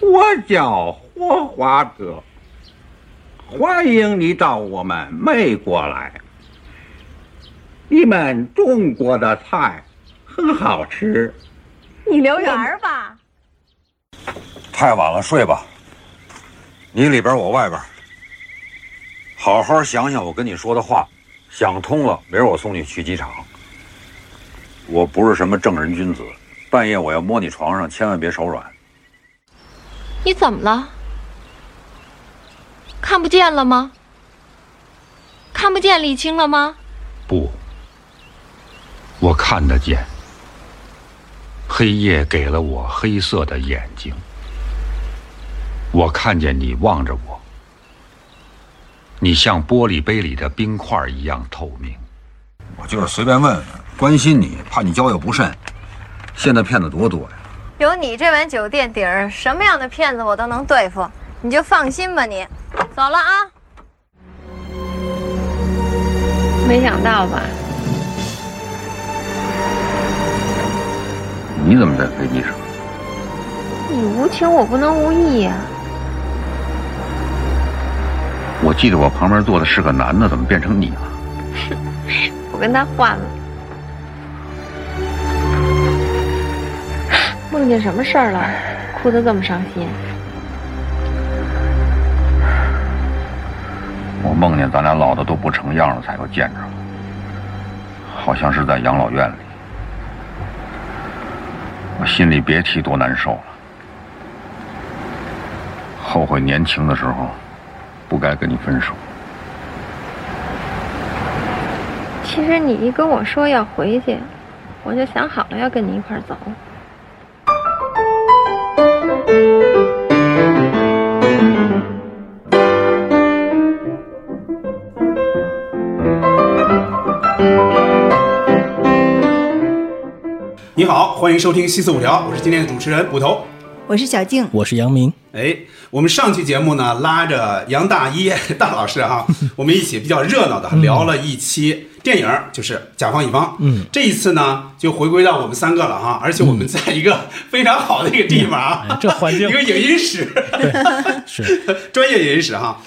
我叫霍华哥，欢迎你到我们美国来。你们中国的菜很好吃。你 留园儿吧。太晚了，睡吧。你里边，我外边。好好想想我跟你说的话，想通了，明儿我送你去机场。我不是什么正人君子，半夜我要摸你床上，千万别手软。你怎么了？看不见了吗？看不见李青了吗？不，我看得见。黑夜给了我黑色的眼睛，我看见你望着我，你像玻璃杯里的冰块一样透明。我就是随便问问，关心你，怕你交友不慎。现在骗子多多呀！有你这碗酒垫底儿，什么样的骗子我都能对付，你就放心吧你。走了啊！没想到吧？你怎么在飞机上？你无情，我不能无义呀、我记得我旁边坐的是个男的，怎么变成你了？ 我跟他换了。梦见什么事儿了？哭得这么伤心？我梦见咱俩老的都不成样了，才又见着了，好像是在养老院里。我心里别提多难受了，后悔年轻的时候不该跟你分手。其实你一跟我说要回去，我就想好了要跟你一块儿走。你好，欢迎收听《西四五条》，我是今天的主持人捕头。我是小静，我是杨明，哎，我们上期节目呢，拉着杨大一大老师 哈、我们一起比较热闹的聊了一期电影，就是甲方乙方。嗯，这一次呢，就回归到我们三个了哈、而且我们在一个非常好的一个地方啊，哎这环境 一个影音室，是 专业人士哈。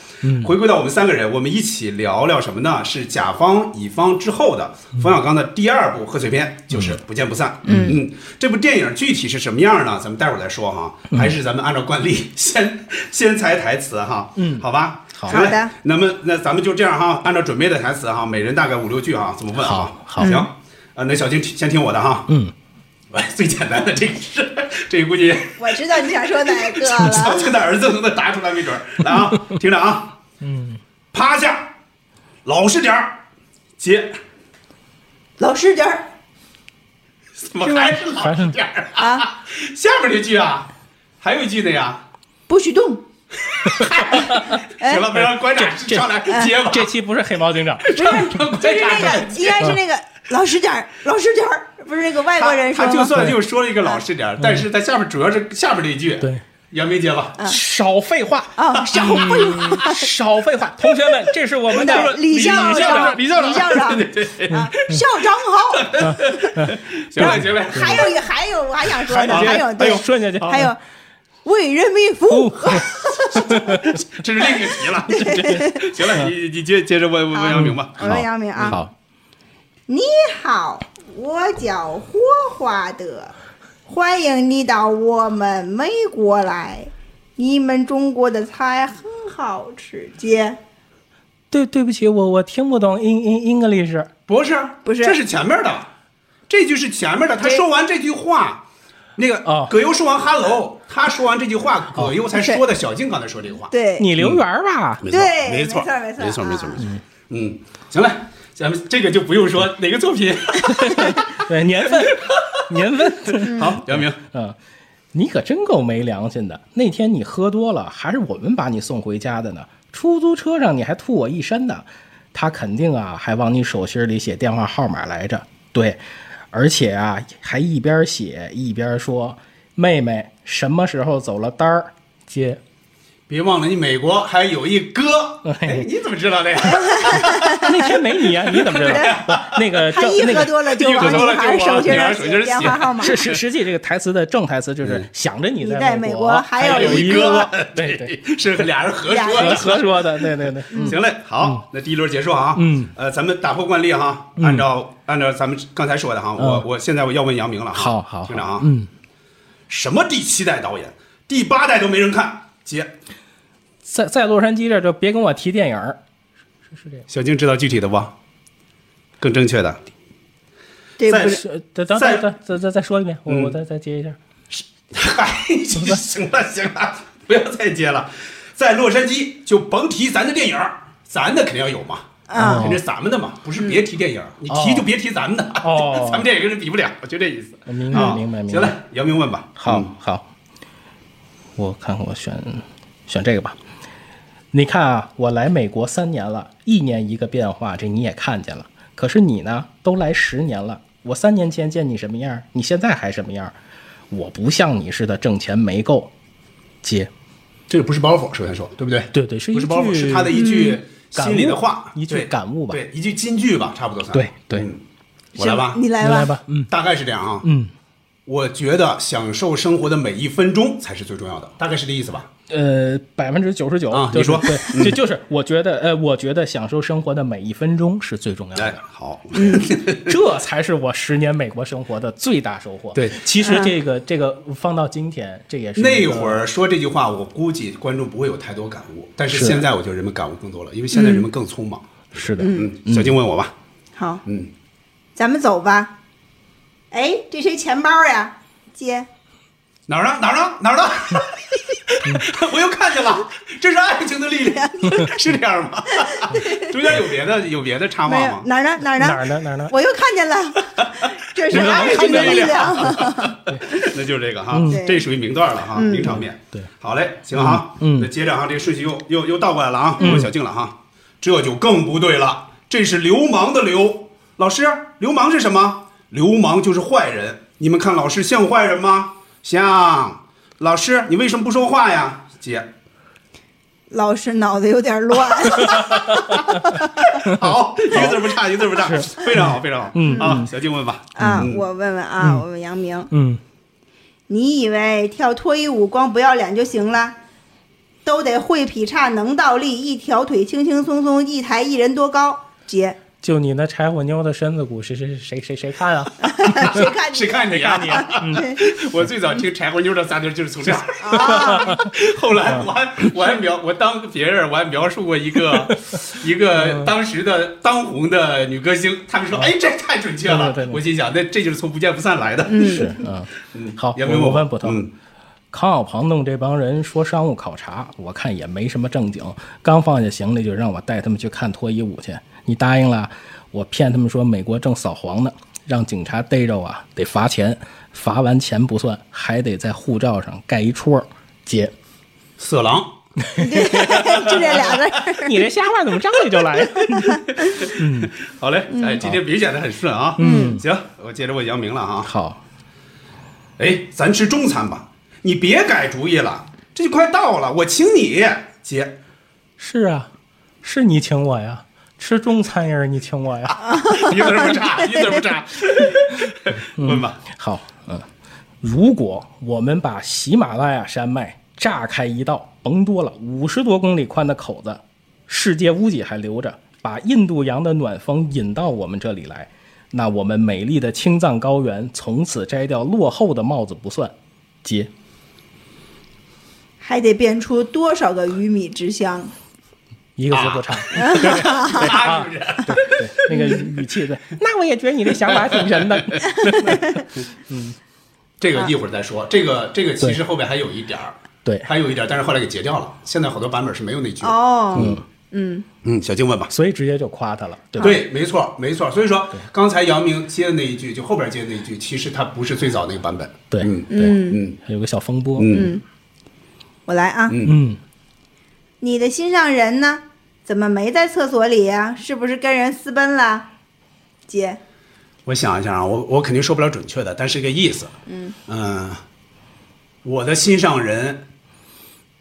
回归到我们三个人，我们一起聊聊什么呢？是甲方乙方之后的冯小刚的第二部贺岁片，就是《不见不散》。嗯嗯，这部电影具体是什么样呢？咱们待会儿再说哈。还是咱们按照惯例先 先猜台词哈。嗯，好吧。好好的。那么那咱们就这样哈，按照准备的台词哈，每人大概五六句哈，怎么问啊？好好行。啊，那小金先听我的哈。嗯。哎， 最简单的这个是， 这个估计我知道你想说哪个小 了。金的儿子都能答出来，没准儿。来啊，听着啊。嗯，趴下，老实点儿，接， 老实点儿怎么还是老实点儿啊？啊，下面这句啊，还有一句呢呀。不许动。哎行了，别让馆长哎这上来接吧。这期不是黑猫 警长，让不馆是那长个，应该是那个嗯老实点儿，老实点儿，不是那个外国人他说他就吗？算又说了一个老实点儿，但是他下面主要是下面这一句。嗯对，杨梅接吧。少废话，嗯啊，少嗯废话。哎少废话，同学 们，这是我们 的李校校长，李校长李 校长，啊，校长好。嗯嗯行了行了，还有一，还有，我还想说呢，还有，哎对呦，，顺下去，还有为人民服务。哦 这是另一个题 了。这 行了，你你接接着问问杨明吧。我说杨明嗯啊，好， 你好，我叫霍华德，欢迎你到我们美国来。你们中国的菜很好吃，姐。对对不起，我我听不懂 in in English，不是，不是这是前面的，这句是前面的。他说完这句话，那个哦葛优说完 “hello”，他说完这句话，葛优才说的小静刚才说这个话。对，你留园儿吧，没错，对没错，没错没错没错，没错，啊没错。嗯，行了，咱们这个就不用说哪个作 品。嗯对年份，年份，好，杨明，嗯，你可真够没良心的。那天你喝多了，还是我们把你送回家的呢。出租车上你还吐我一身呢，他肯定啊还往你手心里写电话号码来着。对，而且啊还一边写一边说：“妹妹什么时候走了单儿？接别忘了，你美国还有一哥，哎，你怎么知道的 呀？那天没你啊，你怎么 知道？那个他正一那喝个多了就一喝往多了女孩就手往机女上孩手机上写写电话号码。 是是实际这个台词的正台词就是想着你你在美美国还有有一一哥个，对对， 是俩人合俩说人合的。合说的，对对对，嗯行嘞，好，那第一轮结束啊。嗯，呃，咱们打破惯例哈，按照按照咱们刚才说的哈，我嗯我现在我要问杨明了哈。好好听着好啊，，嗯，什么第七代导演，第八代都没人看，姐，在在洛杉矶这儿就别跟我提电影儿，是是这样，小静知道具体的不？更正确的，对不在是？是呃等等哎在等等再再再说一遍，我嗯我再再接一下，嗨， 行了行了，不要再接了，在洛杉矶就甭提咱的电影儿，咱的肯定要有嘛，啊肯定是咱们的嘛，不是别提电影儿，你提就别提咱们的，哦 咱们这个是比不了，就这意思。我明啊白明白明行白，了，姚明问吧。好嗯好，我看看我选选这个吧。你看啊，我来美国三年了，一年一个变化，这你也看见了。可是你呢，都来十年了，我三年前见你什么样，你现在还什么样？我不像你似的挣钱没够。接，这个不是包袱，首先说，对不对？对对，是一不句嗯是包袱，是他的一句感悟心里的话，一句对感悟吧对，一句金句吧，差不多算。对对嗯，我来吧你，来你来吧，吧，嗯大概是这样啊。嗯，我觉得享受生活的每一分钟才是最重要的，大概是这意思吧。呃，百分之九十九啊就是你说对，就就是我觉得，呃，我觉得享受生活的每一分钟是最重要的。哎，好，这才是我十年美国生活的最大收获。对其实这个、这个放到今天，这也是一那个会儿说这句话，我估计观众不会有太多感悟，但是是现在我觉得人们感悟更多了，因为现在人们更匆忙。是的，嗯，小静问我吧，好，嗯，咱们走吧。哎，这谁钱包呀？姐，哪儿呢？哪儿呢？哪儿呢？ 我又看见了，这是爱情的力量， 是这样吗？ 中间有别的有别的插话没有吗？哪儿呢？哪儿呢？哪儿呢？哪儿呢？我又看见了， 这是你们能爱看情的见力力量。 那就是这个哈嗯对，这属于名段了哈，名场面。对，好嘞，行哈，嗯嗯那接着哈，这顺序又又又倒过来了啊，问小静了哈，这就更不对了，这是流氓的流。老师，流氓是什么？流氓就是坏人。你们看老师像坏人吗？像。老师，你为什么不说话呀？姐， 老师脑子有点乱，好，一个字不差，一个字不差，非常好，非常好。嗯啊，小静问吧。啊！我问问啊，我问杨明，嗯，你以为跳脱衣舞光不要脸就行了？都得会劈叉，能倒立，一条腿轻轻松松，一抬一人多高。姐，就你那柴火妞的身子骨，谁谁谁谁谁看啊？ 谁看你？谁看你啊？ 你， 我最早听柴火妞这仨字儿就是从这儿。啊 后来我还我还描我当别人我还描述过一个一嗯个当时的当红的女歌星，他们说哎这太准确了对对对，对我心想那这就是从不见不散来的。 是啊，嗯，好，杨明我问问捕头。嗯康小庞弄这帮人说商务考察，我看也没什么正经，刚放下行李就让我带他们去看脱衣舞去。你答应了，我骗他们说美国正扫黄呢，让警察逮着啊得罚钱，罚完钱不算，还得在护照上盖一戳儿。姐，色狼，对， 就这俩字儿。 你这瞎话怎么张嘴就来？好嘞，嗯哎，今天明显的很顺啊。嗯，行，我接着问杨明了啊。 好，哎，咱吃中餐吧，你别改主意了，这就快到了，我请你姐。是啊，是你请我呀，吃中餐也是你请我呀。 一字不差，一字不差。问吧，好，嗯，如果我们把喜马拉雅山脉炸开一道，甭多了五十多公里宽的口子，世界屋脊还留着，把印度洋的暖风引到我们这里来，那我们美丽的青藏高原从此摘掉落后的帽子不算。接，还得变出多少个鱼米之乡？一啊个字不差。 他是人。 对 对，那个语气对。那我也觉得你这想法 挺神的。这个一会儿再说。这个这个其实后面还有一点儿，对，还有一点儿，但是后来给截掉了。现在好多版本是没有那句。哦，嗯，小静问吧。所以直接就夸他了，对吧？对，没错，没错。所以说，刚才姚明接的那一句，就后边接的那一句，其实它不是最早那个版本。对嗯对，还有个小风波。嗯，我来啊。嗯，你的心上人呢？怎么没在厕所里呀、是不是跟人私奔了？姐，我想一下啊，我我肯定说不了准确的，嗯但是这个意思。嗯我的心上人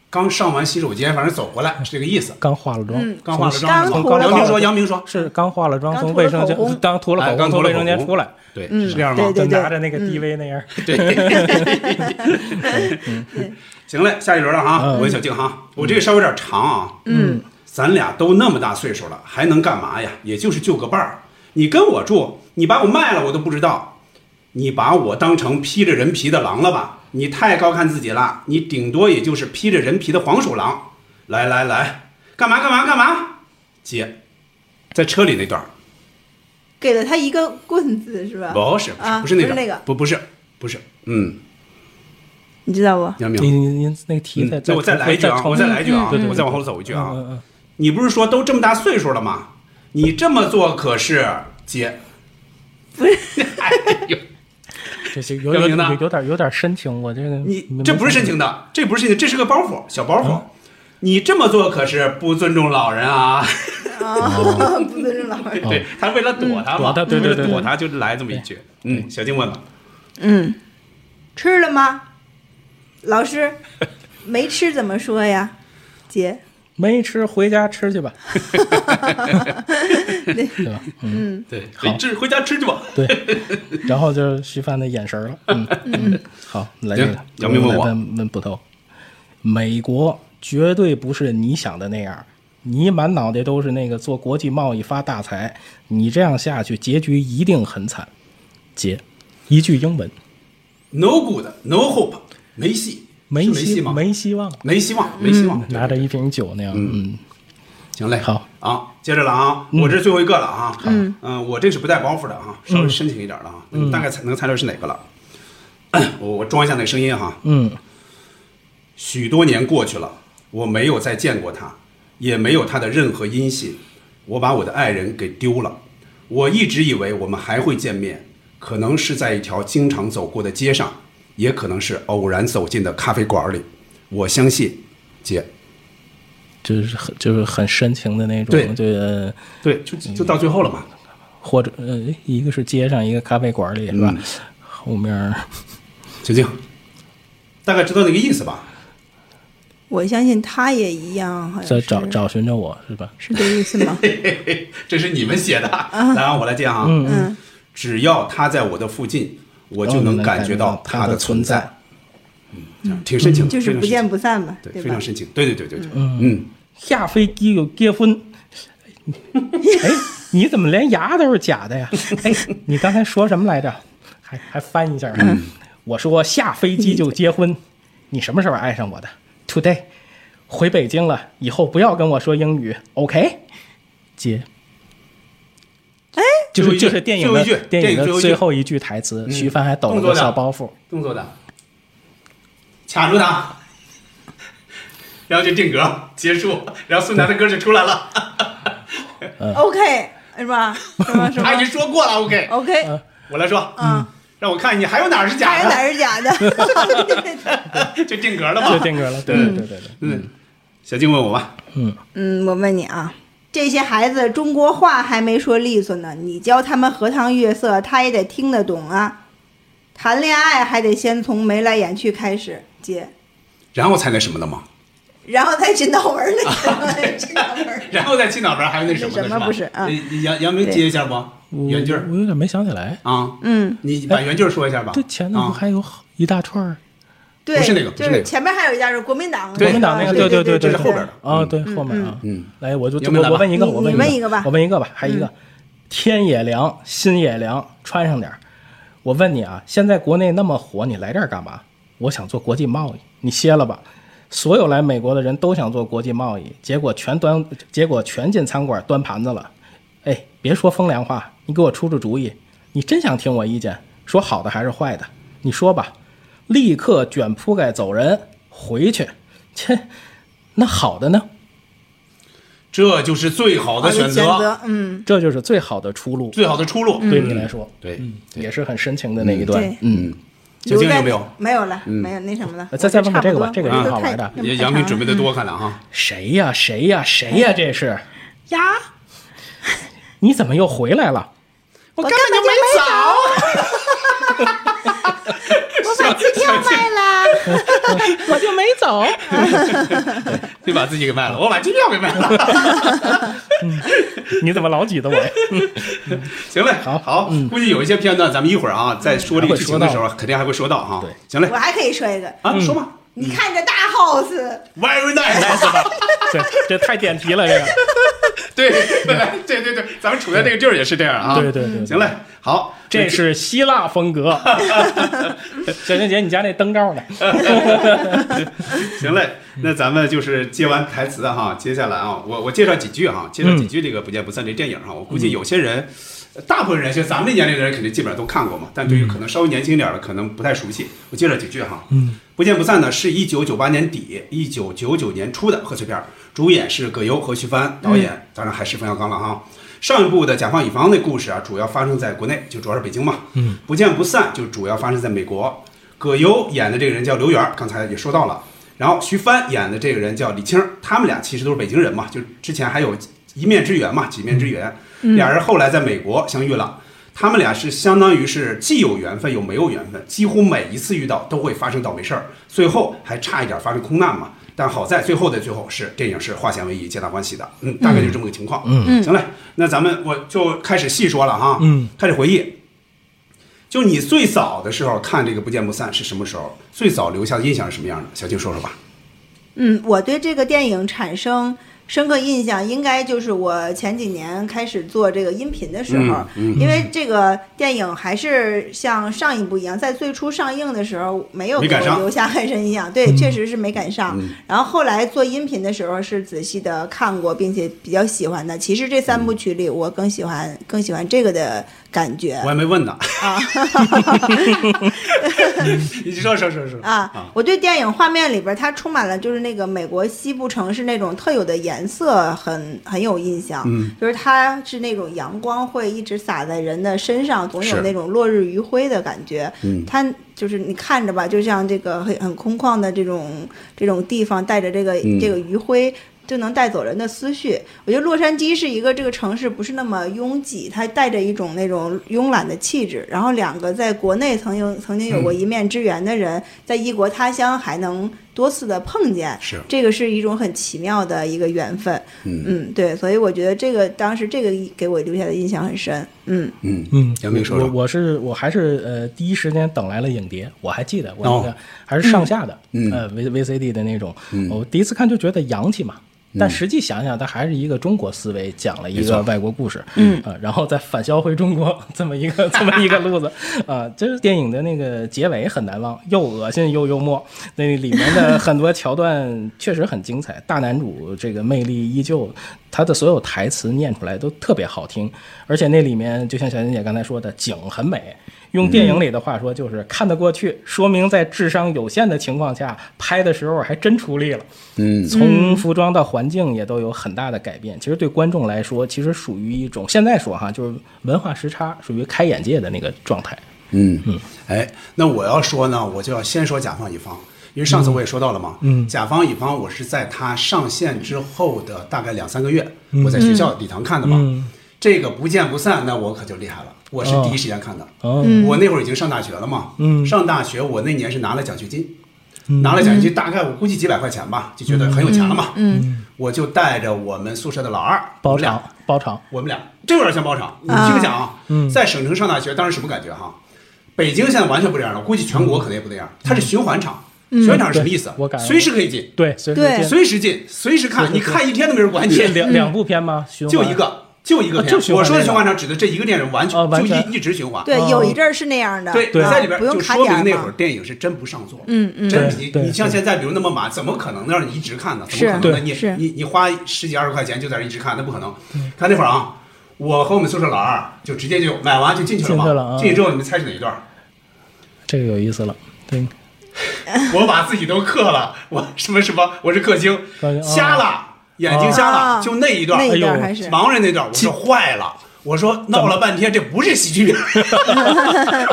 刚上完洗手间，反正走过来是这个意思。刚化了妆，嗯刚化了妆从刚涂了从杨明说杨明说是刚化了妆，刚从涂了卫生间口红刚涂了口哎刚红，涂从了卫生间口红出来，哦对嗯是这样吗对就对嗯对拿着那个 DV 那样，对， 嗯行嘞，下一轮了哈，我问小静哈，我这个稍微有点长啊，嗯，咱俩都那么大岁数了，还能干嘛呀？也就是就个伴儿。你跟我住，你把我卖了我都不知道，你把我当成披着人皮的狼了吧？你太高看自己了，你顶多也就是披着人皮的黄鼠狼。来来来，干嘛干嘛干嘛？接，在车里那段儿给了他一个棍子是吧？不是啊，不是那那个个，，不不是不是，嗯，你知道不？杨明，您您您那个题再嗯嗯对我再来一句啊，我再来一句啊，对对，我再往后走一句啊。嗯嗯嗯你不是说都这么大岁数了吗？你这么做可是姐，这些有要有赢的有有点有点深情，我这个你这不是深情的，这不是深情，这是个包袱，小包嗯袱。你这么做可是不尊重老人啊！啊， 不尊重老人。 对他为了躲他嘛，嗯躲他对对为了对躲他就来这么一句。嗯，小静问了，嗯，吃了吗？老师，没吃怎么说呀？姐，没吃，回家吃 去吧， 对对吧？嗯，对，好回吃回家吃去吧。对， 然后就是徐帆的眼神了。嗯，嗯好，来这个行，杨明问我问问捕头，美国绝对不是你想的那样，你满脑袋都是那个做国际贸易发大财，你这样下去结局一定很惨。姐，一句英文， No good, no hope，没戏，没是没希戏吗？没嗯希望，没希望，没希望。拿着一瓶酒那样，嗯，行嘞，好，啊，接着了啊，我这是最后一个了啊。嗯嗯，我这是不带包袱的啊，稍微深情一点的啊，嗯大概猜能猜出来是哪个了。 我我装一下那个声音哈。嗯，许多年过去了，我没有再见过他，也没有他的任何音信。我把我的爱人给丢了。我一直以为我们还会见面，可能是在一条经常走过的街上，也可能是偶然走进的咖啡馆里。我相信，姐，就是很就是很深情的那种，对对呃对，就就到最后了嘛。或者呃，一个是街上，一个咖啡馆里是嗯吧？后面儿小静，大概知道那个意思吧？我相信他也一样，好像在是找找寻着我是吧？ 是这意思 吗？这是你们写的，来啊，我来念啊。嗯嗯，只要他在我的附近，我就能感觉到他的存在。嗯，挺深情的，就是非常深情不见不散吧，对，对非吧常？深情。对对对对对，嗯嗯，下飞机有结婚。哎，你怎么连牙都是假的呀？哎，你刚才说什么来着？还还翻一下啊。我说下飞机就结婚，你什么时候爱上我的？Today，回北京了，以后不要跟我说英语，OK？姐，哎，就最是就后一句是电影最后一的句电影电影的最最后后一句台词，嗯徐帆还抖了动作个的小包袱。动作的，卡住他，然后就定格结束，然后孙楠的歌就出来了。嗯 OK 是吧？什么什他已经么说过了，OK， ？OK，我来说，嗯，让我看你还有哪儿是还假有哪的，儿是假的？ 就定格了嘛。就定格了对对对对对嗯，小静问我吧，嗯，我问你啊，这些孩子中国话还没说利索呢，你教他们荷塘月色，他也得听得懂啊。谈恋爱还得先从眉来眼去开始，姐，然后才那什么的吗？然后再去脑门儿那 去脑门儿。 然后再去脑门儿还有那什么的那什么不是吧？啊呃杨杨明接一下不？我原句儿我有点没想起来。啊，嗯，你把原句儿说一下吧。这前头不啊还有好一大串儿？对，不是那个就不是那是个前面还有一家是国民党，对国民党那个，对对对这对，是后边的啊，对后面啊，嗯，来，我就有没有我来吧我问一个，你我你问问一个吧我问一个吧，还一个，天也凉，心也凉，穿上点儿。我问你啊，现在国内那么火，你来这儿干嘛？我想做国际贸易，你歇了吧。所有来美国的人都想做国际贸易，结果全端，结果全进餐馆端盘子了。哎，别说风凉话，你给我出出主意。你真想听我意见，说好的还是坏的？你说吧。立刻卷铺盖走人，回去。切，那好的呢？这就是最好好的的选选择，择，嗯，这就是最好的出路，最好的出路。对你来说，嗯对，也是很深情的那一段。对嗯，小静留在有没嗯有？没有了，没有那什么了。呃再再问差不问这个多吧，这个啊挺好玩的。嗯也杨明准备的多，看来哈。谁呀？谁呀？谁哎呀？这是呀，你怎么又回来了？我根本就没走。我 把机票卖了，我就没走。就把自己给卖了，我把机票给卖了。 你怎么老挤得我 呀？行嘞，好好嗯，估计有一些片段，咱们一会儿啊，在说这个事情的时候，肯定还会说到哈。对行嘞我，还可以说一个，啊，说吧你看这大 house， ，very nice，这这太点题了，这个。对，本来对对对，咱们处在这个地儿也是这样啊。对对对对行嘞，好，这是希腊风格。 小晴姐，你家那灯罩呢？ 行嘞，那咱们就是接完台词哈，接下来啊，我我介绍几句哈，介绍几句这个《不见不散》这电影哈，我估计有些人，呃大部分人像咱们这年龄的人肯定基本上都看过嘛，但对于可能稍微年轻点儿的可能不太熟悉，我介绍几句哈。嗯，《不见不散》呢是一九九八年底、一九九九年初的贺岁片儿，主演是葛优、何旭帆，导演当然还是冯小刚了哈。上一部的《甲方乙方》的故事啊，主要发生在国内，就主要是北京嘛。嗯，《不见不散》就主要发生在美国。葛优演的这个人叫刘源儿，刚才也说到了。然后徐帆演的这个人叫李青儿，他们俩其实都是北京人嘛，就之前还有一面之缘嘛，几面之缘。俩人后来在美国相遇了，他们俩是相当于是既有缘分又没有缘分，几乎每一次遇到都会发生倒霉事儿，最后还差一点发生空难嘛。但好在最后的最后是电影是化险为夷，皆大欢喜的，嗯，大概就是这么个情况。嗯，行嘞，那咱们我就开始细说了哈，嗯，开始回忆。就你最早的时候看这个《不见不散》是什么时候？最早留下的印象是什么样的？小静说说吧。嗯，我对这个电影产生深刻印象，应该就是我前几年开始做这个音频的时候，嗯因为这个电影还是像上一部一样，在最初上映的时候没有没给赶上嗯我留下很深印象，对，确实是没赶上。然后后来做音频的时候是仔细的看过，并且比较喜欢的。其实这三嗯部曲里，我更喜欢更喜欢这个的感觉。我还没问呢。啊， 你说说说说啊，我对电影画面里边它充满了就是那个美国西部城市那种特有的颜色很很有印象，嗯，就是它是那种阳光会一直洒在人的身上，总有是那种落日余晖的感觉，嗯它就是你看着吧，就像这个很很空旷的这种这种地方，带着这个、嗯这个余晖。就能带走人的思绪。我觉得洛杉矶是一个这个城市不是那么拥挤，它带着一种那种慵懒的气质。然后两个在国内曾经曾经有嗯过一面之缘的人，在异国他乡还能多次的碰见，是这个是一种很奇妙的一个缘分。嗯对，所以我觉得这个当时这个给我留下的印象很深。嗯，嗯嗯杨明说我说。我是我还是呃第一时间等来了影碟，我还记得我哦那个还是上下的，嗯呃 V V C D 的那种，我第一次看就觉得洋气嘛。但实际想想，它还是一个中国思维讲了一嗯没错个外国故事，嗯啊、然后再反销回中国这么一个 这么一个路子，啊、就是电影的那个结尾很难忘，又恶心又幽默，那里面的很多桥段确实很精彩，大男主这个魅力依旧，他的所有台词念出来都特别好听，而且那里面就像小金姐刚才说的，景很美。用电影里的话说，就是看得过去，说明在智商有限的情况下，拍的时候还真出力了。嗯，从服装到环境也都有很大的改变。其实对观众来说，其实属于一种现在说哈，就是文化时差，属于开眼界的那个状态。嗯，哎，那我要说呢，我就要先说甲方乙方，因为上次我也说到了嘛，嗯，甲方乙方我是在它上线之后的大概两三个月，我在学校礼堂看的嘛，这个不见不散，那我可就厉害了，我是第一时间看的，哦，我那会儿已经上大学了嘛，嗯，上大学我那年是拿了奖学金，拿了奖学金大概我估计几百块钱吧，就觉得很有钱了嘛，嗯，我就带着我们宿舍的老二，我包们俩场，包场，我们俩这有点像包场。你听讲啊，嗯在省城上大学当时什么感觉哈？北京现在完全不这样了，我估计全国可能也不那样。它是循环场，循环场是什么意思嗯对我感？觉随时可以进，对，随时对见随时进，随时看，你看一天都没人管你。是两两部片吗？循环就一。个，就一个啊就片。循环我说的这循个环场指的这一个电影完啊全就完全一一直循环。对，哦有一阵儿是那样的，对，啊在里边不用就卡说点明那儿会儿嘛。电影是真不上座，嗯嗯真对你对你像对现在比如那么满，怎么可能让你一直看呢？怎么是可能呢？你是你你花十几二十块钱就在这一直看，那不可能。看那会儿啊，我和我们宿舍老二就直接就买完就进去了进去了啊嘛。进去之后你们猜是哪一段？这个有意思了。对，我把自己都克了，我什么什么，我是克星克星，啊瞎了，眼睛瞎啊了，就那一段那哎一呦段还是盲人那段，我说坏了，我说闹了半天，这不是喜剧 片。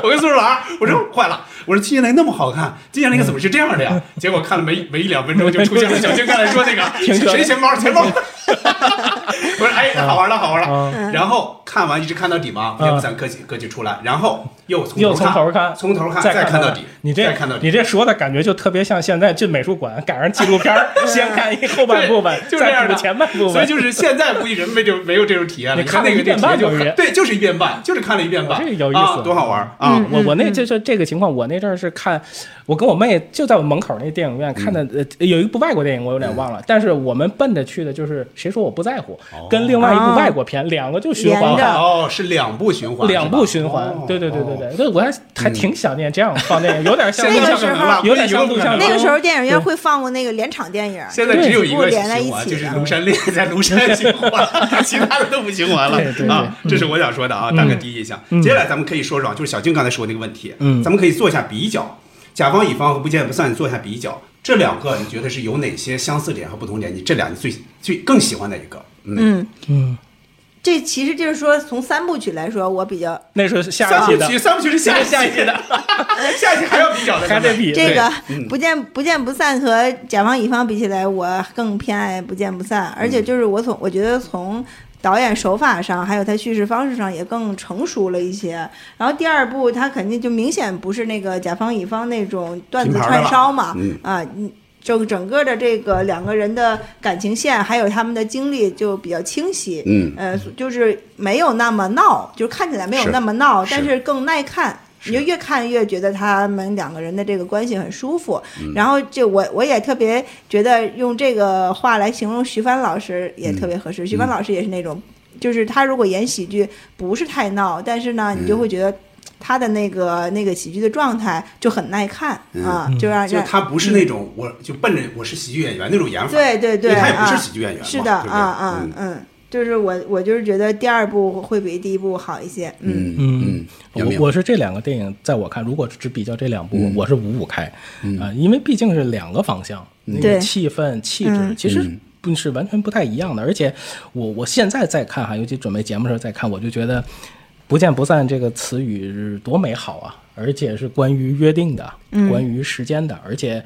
我跟苏志兰，我说坏了，我说金燕玲那么好看，金燕玲怎么是这样的嗯呀？结果看了没没一两分钟，就出现了小青刚才说那个停车 嗯谁钱包钱包。我说哎，好玩了，好玩了。然后看完一直看到底吗？不见不散，歌曲歌曲出来，然后又从又从头头看，从头看，再再看到到底。你这再看到底你这说的感觉就特别像现在进美术馆赶上纪录 片儿，先看一后半部分，就这再样补的前半部分，所以就是现在估计人没就没有这种体验了。你看那了个一遍那个半体验就有很人对，就是一遍半，就是看了一遍半，这个有意啊思多好玩儿啊！啊，嗯我我那就是这个情况，我那阵儿是看，我跟我妹就在我门口那电影院看的，呃，有一部外国电影，我有点忘了，但是我们奔着去的就是《谁说我不在乎》跟另外一部外国片，两个就循环啊连着看。哦，是哦两部循环，两部循环是吧，对对对对对，对我还还挺想念这样放电影，有点像现 在那个录像不时候可能了有点像不录可像能了机那个时候电影院会放过那个连场电影，现在只有一个对连在循一环，起啊就是的庐山恋在庐 山循环，其他的都不循环对对嗯了啊！这是我想说的啊，大概第一印象。接下来咱们可以说说啊，就是小静刚才说那个问题，嗯咱们可以做一下比较，甲方乙方和不见不散做一下比较，这两个你觉得是有哪些相似点和不同点？你这俩你最最更喜欢哪一个？嗯，嗯，嗯，这其实就是说从三部曲来说，我比较那是下三一部期的，曲，三部曲是下下一一期期的 的，下一期还要比较的，还得比这个嗯不见不见不散和甲方乙方比起来，我更偏爱不见不散，而嗯且就是我从我觉得从。导演手法上，还有他叙事方式上也更成熟了一些。然后第二部，他肯定就明显不是那个甲方乙方那种段子平盘的串了烧嘛，嗯啊，嗯整整个的这个两个人的感情线，还有他们的经历就比较清晰。嗯呃，就是没有那么闹，就是看起来没有是那么闹，是但是更耐看。你就越看越觉得他们两个人的这个关系很舒服，嗯然后就我我也特别觉得用这个话来形容徐帆老师嗯也特别合适。徐帆老师也是那种，就是他如果演喜剧不是太闹，但是呢，嗯你就会觉得他的那个那个喜剧的状态就很耐看嗯啊，就让就让他不是那种我就奔着我是喜剧演员那种演法，对对对，因为他也不啊是喜剧演员嘛，是的对不对啊啊嗯嗯，就是我我就是觉得第二部会比第一部好一些，嗯，嗯我我是这两个电影，在我看，如果只比较这两部，我是五五开啊、因为毕竟是两个方向，那个对气氛、气质其实不是完全不太一样的。而且我我现在在看哈，尤其准备节目的时候再看，我就觉得“不见不散”这个词语是多美好啊！而且是关于约定的，关于时间的，而且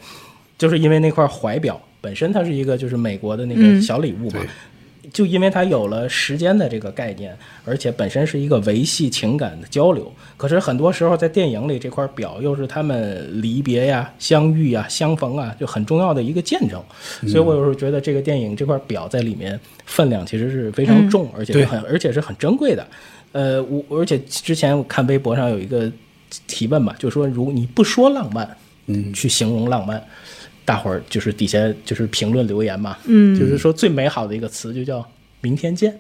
就是因为那块怀表本身，它是一个就是美国的那个小礼物嘛。对就因为它有了时间的这个概念，而且本身是一个维系情感的交流。可是很多时候在电影里这块表又是他们离别呀、相遇呀、相逢啊，就很重要的一个见证。所以我有时候觉得这个电影这块表在里面分量其实是非常重，而且是很而且是很珍贵的。呃，我我而且之前我看微博上有一个提问嘛，就说如你不说浪漫，嗯，去形容浪漫，大伙儿就是底下就是评论留言嘛，嗯，就是说最美好的一个词就叫明天见。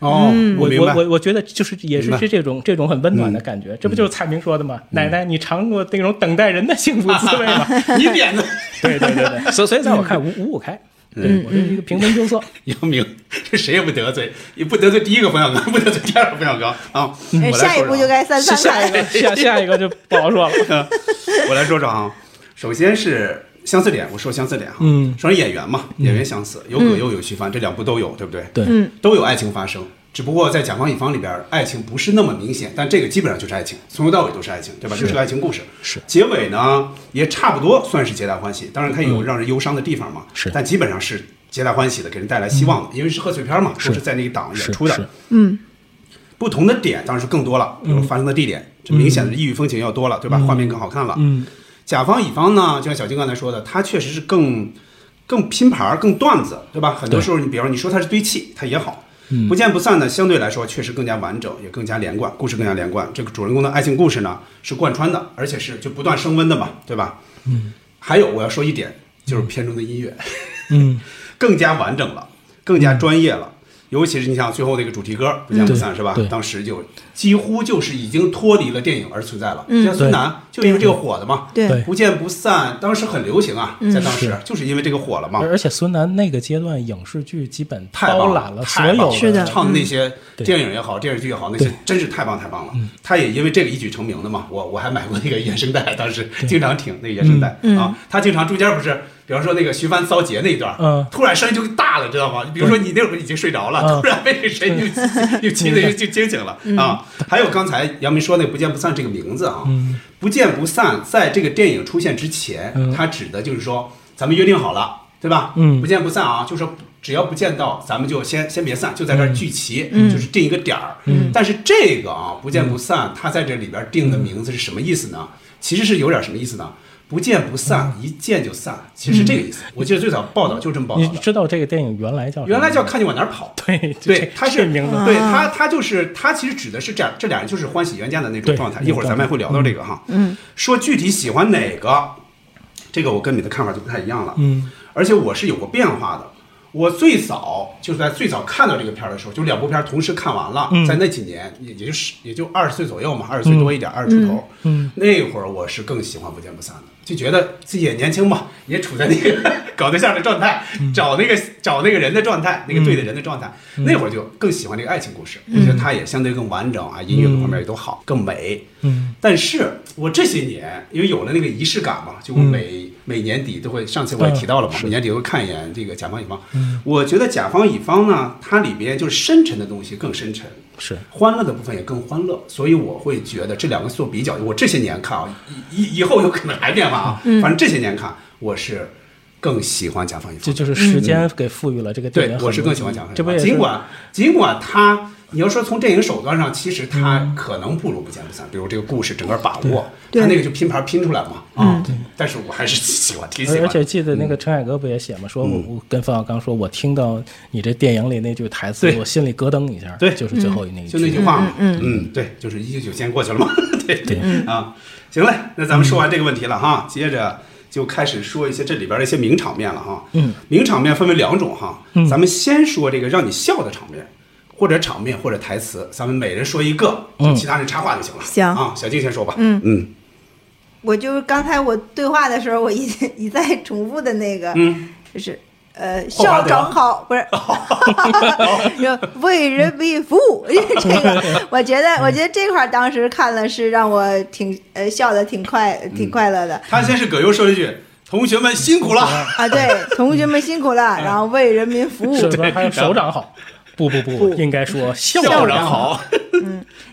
哦，嗯我明我白。我我觉得就是也是明白嗯这这种这种很温暖的感觉，这不就是蔡明说的吗？奶奶，你尝过那种等待人的幸福滋 味吗？你点的对对对对，所以所以在我看嗯五五五开，对我嗯是一个平分秋色。杨明，这谁也不得罪，也不得罪第一个冯小刚，不得罪第二个冯小刚啊。我来说哎呃下一步说就该三下三下看一了个。下下一个就不好说了。啊，我来说说啊。首先是相似点，我说相似点哈。嗯首先演员嘛，演员相似，有葛优有徐帆，这两部都有，对不对？对嗯，都有爱情发生。只不过在甲方乙方里边，爱情不是那么明显，但这个基本上就是爱情，从头到尾都是爱情，对吧？这是个爱情故事。是结尾呢，也差不多算是皆大欢喜，当然它也有让人忧伤的地方嘛。是但基本上嗯是皆大欢喜的，给人带来希望的，因为是贺岁片嘛，都是在那一档演是出的。是嗯不同的点当然是更多了，比如发生的地点，这明显的异域风情要多了，对吧？画面更好看了。嗯，甲方乙方呢，就像小金刚才说的，他确实是更更拼盘儿、更段子，对吧？很多时候你，比方你说它是堆砌，它也好。嗯不见不散呢，相对来说确实更加完整，也更加连贯，故事更加连贯。这个主人公的爱情故事呢是贯穿的，而且是就不断升温的嘛，对吧？嗯。还有我要说一点，就是片中的音乐。嗯，更加完整了，更加专业了。尤其是你像最后那个主题歌《不见不散》是吧嗯对？当时就几乎就是已经脱离了电影而存在了。像孙楠就因为这个火的嘛，对嗯对不见不散当时很流行啊，在当时就是因为这个火了嘛而。而且孙楠那个阶段影视剧基本太棒包揽了所太棒有了是的呃唱那些电影也好，电视剧也好，那些真是太棒太棒了。嗯他也因为这个一举成名的嘛，我我还买过那个原声带，当时经常听那个原声带啊。他经常中间不是，比方说那个徐帆骚劫那一段嗯，突然声音就大了，知道吗？比如说你那会儿已经睡着嗯了，突然被这声音又又气的又就惊醒了啊。还有刚才杨明说那个“不见不散”这个名字啊，嗯不见不散，在这个电影出现之前，它指的就是说咱们约定好了。对吧？嗯，不见不散啊，就说只要不见到，咱们就先先别散，就在这儿聚齐，嗯就是定一个点儿。嗯但是这个啊，不见不散，它在这里边定的名字是什么意思呢？其实是有点什么意思呢？不见不散，一见就散，其实是这个意思。我记得最早报道就这么报道你的。知道这个电影原来叫什么原来叫看你往哪儿跑，对对，它是嗯名字对它它就是它其实指的是这样，这俩人就是欢喜冤家的那种状态。一会儿咱们会聊到这个哈。嗯说具体喜欢哪个，这个我跟你的看法就不太一样了。嗯，而且我是有过变化的。我最早就是在最早看到这个片儿的时候，就两部片儿同时看完了，嗯在那几年，也也就是也就二十岁左右嘛，二十岁多一点，二十、出头。嗯那会儿我是更喜欢不见不散的，就觉得自己也年轻嘛，也处在那个 搞对象的状态，嗯找那个找那个人的状态，那个对的人的状态。嗯那会儿就更喜欢这个爱情故事，嗯我觉得它也相对更完整啊，音乐各方面也都好，更美。嗯但是我这些年因为有了那个仪式感嘛，就我嗯每、每年底都会，上次我也提到了嘛，每年底都会看一眼这个甲方乙方。我觉得甲方乙方呢，它里边就是深沉的东西更深沉，是欢乐的部分也更欢乐，所以我会觉得这两个做比较，我这些年看啊，以以以后有可能还变化啊，嗯反正这些年看我是更喜欢甲方乙方，这就是时间给赋予了这个电影对很，多我是更意义喜欢甲方乙这不方，也是尽管尽管他。你要说从电影手段上，其实他可能不如不见不散，比如这个故事整个把握，嗯对他那个就拼盘拼出来嘛，啊嗯对，但是我还是喜欢，挺喜欢嗯而的。而且记得那个陈凯歌不也写嘛，说我我跟冯小刚说，我听到你这电影里那句台词，对我心里咯噔一下，对，就是最后那一句，就那句话嘛，嗯嗯，对，就是一九九先过去了嘛， 对对啊，行嘞，那咱们说完这个问题了哈，接着就开始说一些这里边的一些名场面了哈，嗯名场面分为两种哈嗯，咱们先说这个让你笑的场面，或者场面或者台词，咱们每人说一个，嗯其他人插话就行了，行啊，小静先说吧，嗯嗯我就是刚才我对话的时候，我一一再重复的那个，嗯，就是呃，霍华校德哦长好，不是， 就为人民服务 这个，我觉得，我觉得这块儿当时看了是让我挺呃笑的挺快，嗯挺快乐的。他先是葛优说了一句：“同学们辛苦了。”啊，对，同学们辛苦了，嗯然后为人民服务， 是吧？还有手掌好，不不不，应该说校校长长好，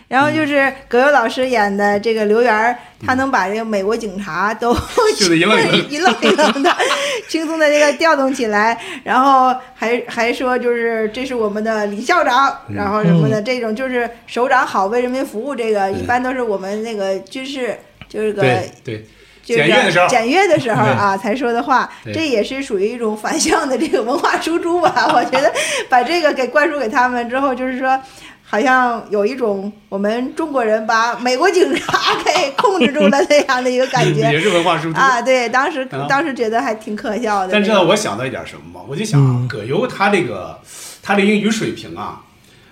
然后嗯就是葛优老师演的这个刘源儿，他能把这个美国警察都 就得一愣一愣一愣一愣的， 轻松的这个调动起来，然后还还说就是这是我们的李校长，嗯然后什么的，这种就是首长好为人民服务，这个一般都是我们那个军事就是个对对，就是检阅的时候，检阅的时候啊才说的话，对这也是属于一种反向的这个文化输出吧。我觉得把这个给灌输给他们之后，就是说。好像有一种我们中国人把美国警察给控制住了那样的一个感觉， 也是文化输出啊。对，当时啊当时觉得还挺可笑的。但知道这个我想到一点什么吗？我就想啊，嗯葛优他这个他这英语水平啊，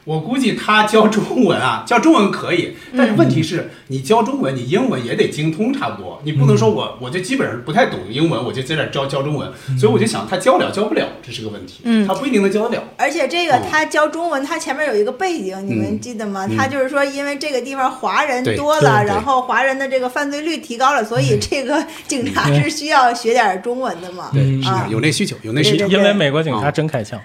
我估计他教中文啊，教中文可以，嗯但是问题是，你教中文，你英文也得精通差不多，你不能嗯说我我就基本上不太懂英文，我就在这儿教教中文，嗯所以我就想他教了教不了，这是个问题，嗯他不一定能教得了。而且这个嗯他教中文，他前面有一个背景，你们嗯记得吗？嗯他就是说，因为这个地方华人对多对了，对嗯然后华人的这个犯罪率提高了，所以这个警察嗯是需要学点中文的 嘛？对，是啊的，，有那需求，有那需求。因为美国警察真开枪，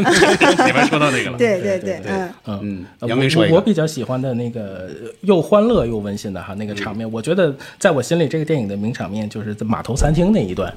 里面说到那个了，对对对，嗯。嗯杨威说一我个我比较喜欢的那个呃又欢乐又温馨的哈那嗯个场面，我觉得在我心里这个电影的名场面就是在码头餐厅那一段。哦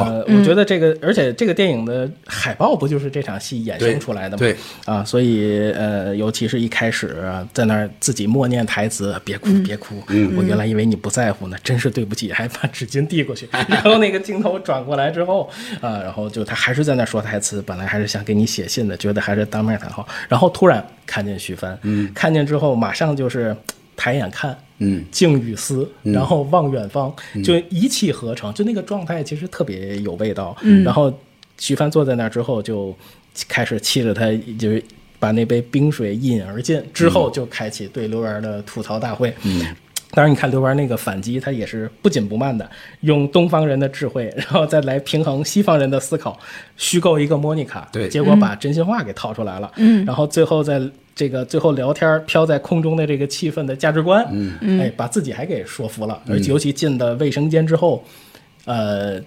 呃，我嗯觉得这个，而且这个电影的海报不就是这场戏衍生出来的吗？对对啊，所以呃，尤其是一开始啊在那儿自己默念台词，别哭，别哭，嗯我原来以为你不在乎呢，真是对不起，还把纸巾递过去。然后那个镜头转过来之后，啊，然后就他还是在那说台词，本来还是想给你写信的，觉得还是当面谈好，然后突然看见徐帆，嗯，看见之后马上就是抬眼看，嗯静与思，嗯然后望远方，嗯就一气呵成，就那个状态其实特别有味道。嗯然后徐帆坐在那儿之后，就开始气着他，就是把那杯冰水一饮而尽，之嗯后就开启对刘源的吐槽大会。嗯当然，你看刘源那个反击，他也是不紧不慢的，用东方人的智慧，然后再来平衡西方人的思考，虚构一个莫妮卡，对结果把真心话给套出来了，嗯然后最后在这个最后聊天儿飘在空中的这个气氛的价值观，嗯哎，把自己还给说服了，嗯而且尤其进的卫生间之后，呃，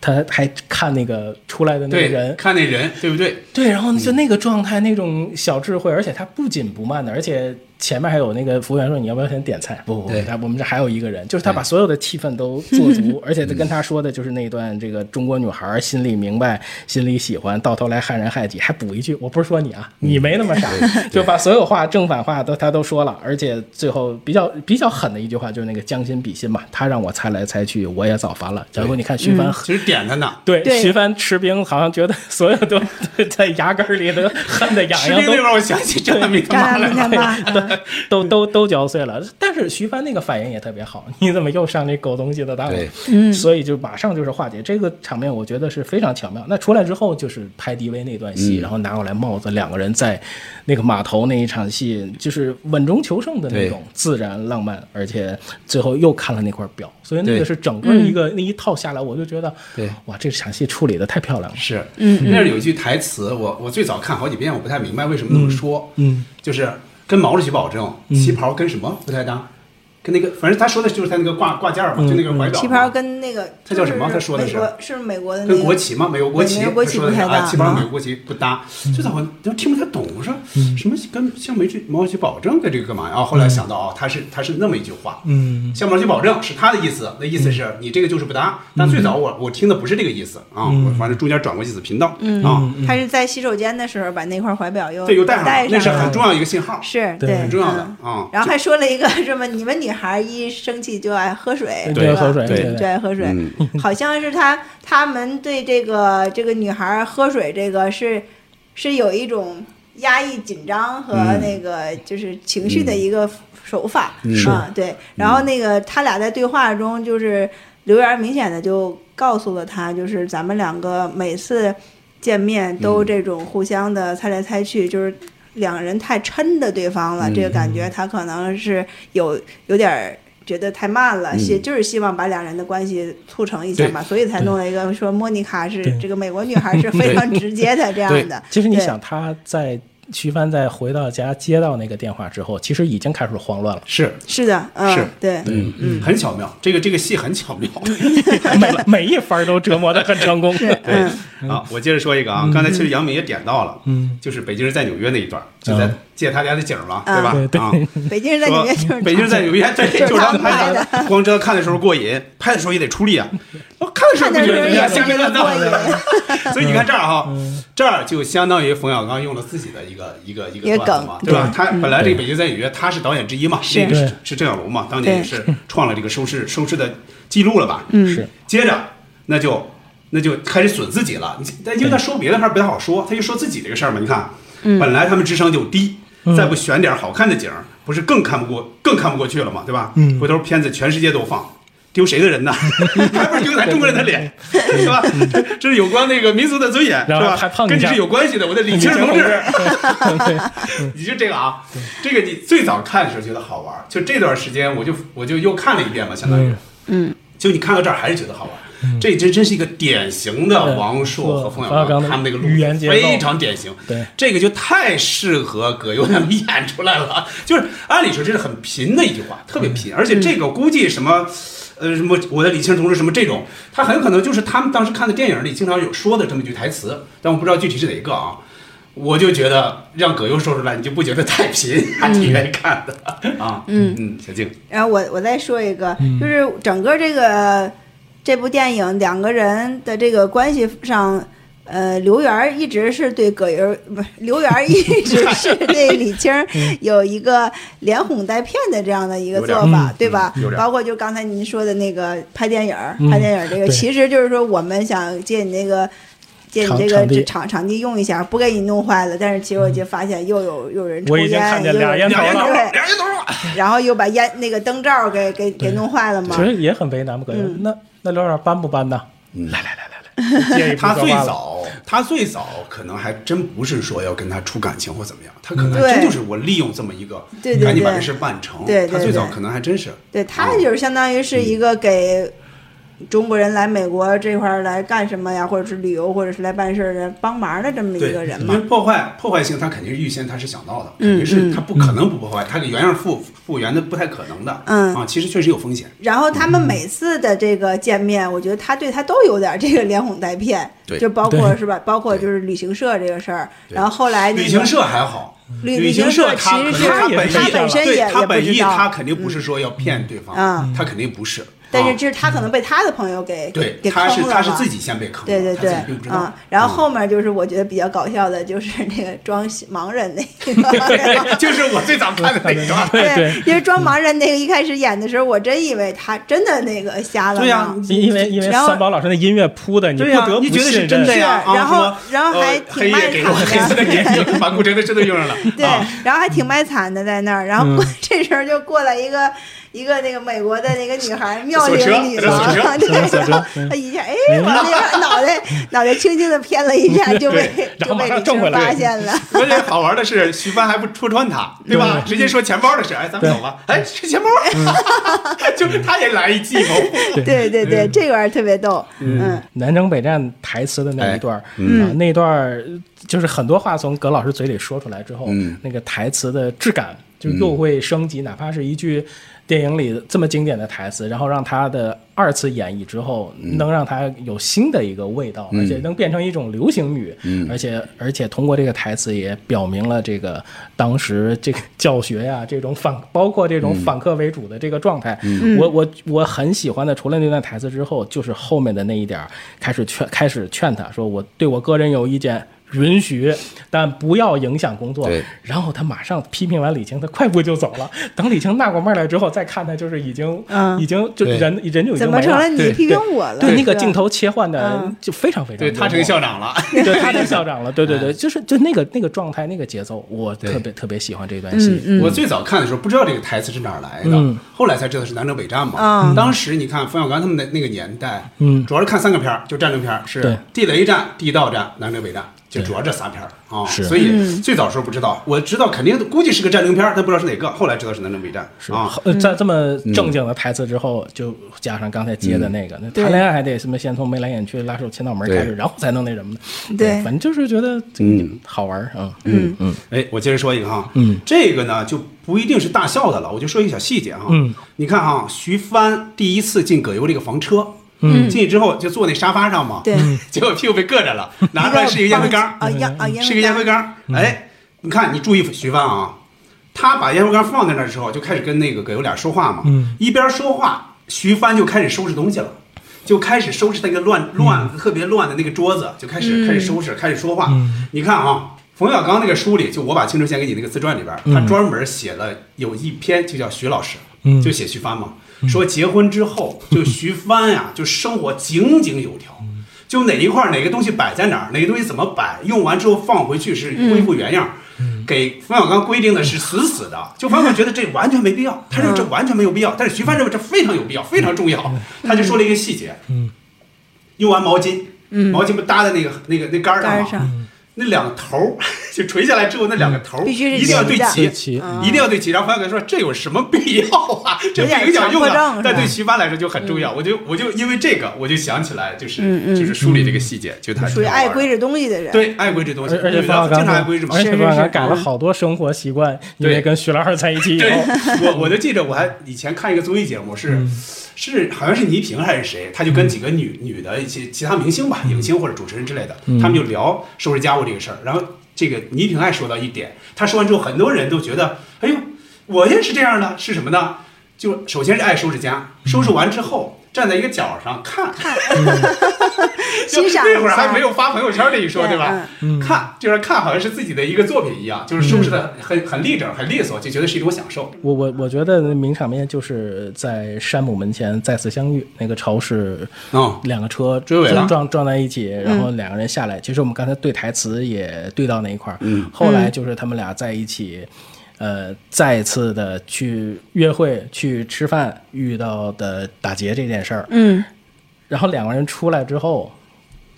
他还看那个出来的那对，个人，看那人，对不对？对，然后就那个状态，那种小智慧，而且他不紧不慢的，而且前面还有那个服务员说你要不要先点菜？不不不对，他我们这还有一个人，就是他把所有的气氛都做足， 而且他跟他说的就是那段这个中国女孩心里明白，心里喜欢，到头来害人害己，还补一句我不是说你啊，你没那么傻，就把所有话正反话都他都说了，而且最后比较比较狠的一句话就是那个将心比心嘛，他让我猜来猜去，我也早烦了。假如你看徐帆其实点他呢，对对徐帆吃冰，好像觉得所有都 在牙根儿里都恨得痒吃痒冰都。那边我想起张大民他妈来了，对，都都都嚼碎了。但是徐帆那个反应也特别好，你怎么又上这狗东西的当了对？嗯，所以就马上就是化解这个场面，我觉得是非常巧妙。那出来之后就是拍 DV 那段戏，嗯然后拿过来帽子，两个人在那个码头那一场戏，就是稳中求胜的那种自然浪漫，而且最后又看了那块表，所以那个对是整个一个那一套下来，我就觉得对，哇，这场戏处理的太漂亮了。是，嗯嗯那儿有一句台词，我我最早看好几遍，我不太明白为什么那么说，嗯，就是跟毛主席保证，嗯旗袍跟什么不太搭，跟那个，反正他说的就是他那个挂挂件儿嘛，嗯就那个怀表旗嘛，袍跟那个他叫什么就是他说的美是国是美国的那跟个国旗嘛，美国国旗，对美国国旗他说的不是太啊，搭旗袍啊美国国旗不搭，嗯最早我都听不太懂，我说什么跟向毛主席毛主席保证跟这个干嘛呀？啊，后来想到啊，他是他是那么一句话，嗯向毛主席保证是他的意思，那意思是你这个就是不搭。但最早我我听的不是这个意思啊，嗯我反正中间转过几次频道嗯啊，他是在洗手间的时候把那块怀表又这又带上了，那是了很重要一个信号，是对对很重要的嗯啊。然后还说了一个什么，你们女孩一生气就爱喝水，对对吧喝水对就爱喝水， 好像是他他们对这个这个女孩喝水这个是是有一种压抑紧张和嗯那个就是情绪的一个手法、嗯啊，对。然后那个他俩在对话中，就是刘源明显的就告诉了他，就是咱们两个每次见面都这种互相的猜来猜去，就是两人太抻着对方了，嗯这个感觉他可能是有有点儿觉得太慢了，嗯希、就是希望把两人的关系促成一下嘛，所以才弄了一个说莫妮卡是对。这个美国女孩是非常直接的这样的其实你对想，他在徐帆在回到家接到那个电话之后，其实已经开始 慌乱了。是是的，嗯，是对，嗯嗯，很巧妙，这个这个戏很巧妙。每每一番都折磨的很成功。 对嗯啊，我接着说一个啊，刚才其实杨明也点到了，嗯，就是北京人在纽约那一段，就在借他家的景儿嘛，啊吧？啊，北京人在纽约就是北京人在纽约，对，就是他们拍的。光知道看的时候过瘾，拍的时候也得出力啊。我看的时候不觉得怎么样，下面乱闹。 所以你看这儿哈，嗯这儿就相当于冯小刚用了自己的一个一个一一个个段子嘛，梗对吧对？他嗯本来这个《北京在纽约》，他是导演之一嘛，是那个对是是郑晓龙嘛，当年也是创了这个收视收视的记录了吧？嗯是接着那就那就开始损自己了，你但因为他说别的还不太好说，他就说自己这个事儿嘛，你看，嗯本来他们智商就低嗯，再不选点好看的景儿，不是更看不过更看不过去了嘛，对吧？嗯回头片子全世界都放。丢谁的人呢？ 还不是丢咱中国人的 脸，是吧？ 这是有关那个民族的尊严，是然后吧还碰？一下跟你是有关系的，我的李青同志。 你就这个啊，这个你最早看的时候觉得好玩儿，就这段时间我就我就又看了一遍嘛，相当于，嗯，就你看到这儿还是觉得好玩儿。嗯这真真是一个典型的王朔和冯小刚他们那个路语言结构非常典型。对，这个就太适合葛优他们 演出来了，就是按理说这是很贫的一句话，嗯特别贫，而且这个估计什么，呃，什么我的李青同志什么这种，他很有可能就是他们当时看的电影里经常有说的这么一句台词，但我不知道具体是哪个啊。我就觉得让葛优说出来，你就不觉得太贫，还挺愿意看的 啊。嗯嗯，小静，然后我我再说一个，就是整个这个这部电影两个人的这个关系上，呃，刘源儿一直是对葛优不是刘源儿一直 是对李青儿有一个连哄带骗的这样的一个做有点法儿，对吧嗯有？点儿包括就刚才您说的那个拍电影儿嗯，拍电影儿这个对其实就是说我们想借你那个。借你场这个场地这场场地用一下，不给你弄坏了。但是其实我就发现又有又有人抽我已烟，经看见又有俩烟人头了对 然后又把烟那个灯罩儿给给给弄坏了嘛 其。实也很为难，不可嗯能。那那刘老师搬不搬呢？来来来来来，接一步他说最话了早，他最早可能还真不是说要跟他处感情或怎么样，他可能对还真就是我利用这么一个，对对赶紧把对这事办成。对对他最早对可能还真是对他就是相当于是一个给中国人来美国这块儿来干什么呀，或者是旅游，或者是来办事儿的帮忙的这么一对个人，因嘛为。破坏破坏性，他肯定是预先他是想到的，肯嗯定是他不可能不破坏，他给原样复复原的不太可能的。嗯啊，其实确实有风险。然后他们每次的这个见面，我觉得他对他都有点这个连哄带骗，对就包括对是吧？包括就是旅行社这个事儿。然后后来那个旅行社还好，哎旅旅行社他其可实能他本意他本身也对也他不本意知道他肯定不是说要骗对方，嗯他肯定不是。但啊是就是他可能被他的朋友给对，给坑他了是嘛他是自己先被坑的，对对对他自己并不知道啊，然后后面就是我觉得比较搞笑的，就是 那个装盲人 那 个， 就是我最早看的那个，对，因为嗯装盲人那个一开始演的时候，我真以为他真的那个瞎了呀呢，，因为因为然后三宝老师那音乐铺的，你不对呀啊得不你觉得是信真的任呀是啊然后什么然后还呃挺黑夜卖给了我黑惨色的的眼 睛，把古筝的真的用上了，对啊，然后还嗯挺卖惨的在那儿，然后过 这时候就过来一个一个那个美国的那个女孩，妙龄女郎锁车，对，嗯锁车然后嗯她一下，哎，我那个脑 袋脑袋轻轻的偏了一下，就被对然就后马被上李正回生来发现 了。而且好玩的是，徐帆还不戳穿他，对吧？直接说钱包的事，哎，咱们走吧。哎，是钱包，嗯 就是他也来一计 谋。对对对，这玩意儿特别逗，嗯，南征北战台词的那一段儿，哎嗯啊，那段儿就是很多话从葛老师嘴里说出来之后，嗯那个台词的质感就又会升级，哪怕是一句电影里这么经典的台词，然后让他的二次演绎之后，能让他有新的一个味道，而且能变成一种流行语，而且而且通过这个台词也表明了这个当时这个教学呀、这种反包括这种反客为主的这个状态，我我我很喜欢的，除了那段台词之后，就是后面的那一点儿开始劝开始劝他说我对我个人有意见。允许，但不要影响工作对。然后他马上批评完李青，他快步就走了。 等李青纳过闷儿来之后，再看他就是已经，嗯已经就对人人就已经怎么没成了你对批评对我了对，那个是吧镜头切换的嗯就非常非常对幽默。他成校长了， 嗯对，他当校 长了，对对对，就是就那个那个状态，那个节奏，我特别特别喜欢这段戏。嗯我最早看的时候不知道这个台词是哪儿来的嗯，后来才知道是南征北战嘛嗯。当时你看冯小刚他们的那个年代，嗯主要是看三个片儿，就战争片儿对是地雷战、地道战、南征北战，就主要这仨片儿啊。是嗯所以最早时候不知道，我知道肯定估计是个战争片儿，但不知道是哪个，后来知道是南征北战是啊。呃嗯在这么正经的台词之后，就加上刚才接的那个，嗯那对谈恋爱还得什么先从眉来眼去、拉手牵脑门开始，对然后才能那什么的。对反正就是觉得嗯好玩儿啊。嗯嗯哎，我接着说一个哈，嗯，这个呢就不一定是大笑的了，我就说一个小细节哈，嗯，你看哈，徐帆第一次进葛优这个房车，嗯，进去之后就坐那沙发上嘛，对，结果屁股被硌着 了，拿出来是一个烟灰缸，嗯啊烟啊烟灰缸是一个烟灰缸，哎，你看你注意徐帆啊，他把烟灰缸放在那儿之后，就开始跟那个葛优俩说话嘛，嗯一边说话，徐帆就开始收拾东西了。就开始收拾那个乱乱、特别乱的那个桌子，就开始、开始收拾，开始说话。你看啊，冯小刚那个书里，就我把青春献给你那个自传里边，他专门写了有一篇，就叫徐老师，嗯就写徐帆嘛，说结婚之后，就徐帆呀、就生活井井有条。就哪一块儿哪个东西摆在哪儿，哪个东西怎么摆，用完之后放回去是嗯恢复原样儿。嗯给冯小刚规定的是死死的，就冯小刚觉得这完全没必要，他认为嗯这完全没有必要，但是徐帆认为这非常有必要，非常重要，他就说了一个细节，嗯，用完毛巾，毛巾不搭在那个那个那杆儿上嗯杆吗上嗯那两个头儿就垂下来之后，那两个头儿必须是一定要对齐齐，的齐嗯一定要对齐。然后冯小刚说：“这有什么必要啊？这不影响用有点强迫症啊是吧。”但对徐帆来说就很重要。我就我就因为这个，我就想起来，就是、嗯嗯就是梳理这个细节，就他属于爱归置，置东西的人。对爱归这东西，而而且对冯小他经刚常爱归置嘛而。且冯小是是刚是改了好多生活习惯，因嗯对为跟徐老师在一起以 对后，，我我就记着，我还以前看一个综艺节目是。嗯是，好像是倪萍还是谁，他就跟几个女女的一些其他明星嗯吧，影星或者主持人之类的，他们就聊收拾家务这个事儿。然后这个倪萍还说到一点，她说完之后，很多人都觉得，哎呦，我也是这样的，是什么呢？就首先是爱收拾家，收拾完之嗯后站在一个角上看， 就欣赏一下那会儿还没有发朋友圈这一说，对嗯对吧？看就是看，好像是自己的一个作品一样，就是收拾的很很立整、很利索，就觉得是一种享受。我我我觉得名场面就是在山姆门前再次相遇，那个超市嗯，两个车追尾了撞撞撞在一起，然后两个人下来。其实我们刚才对台词也对到那一块儿，嗯，后来就是他们俩在一起，呃，再次的去约会、去吃饭遇到的打劫这件事儿，嗯，然后两个人出来之后，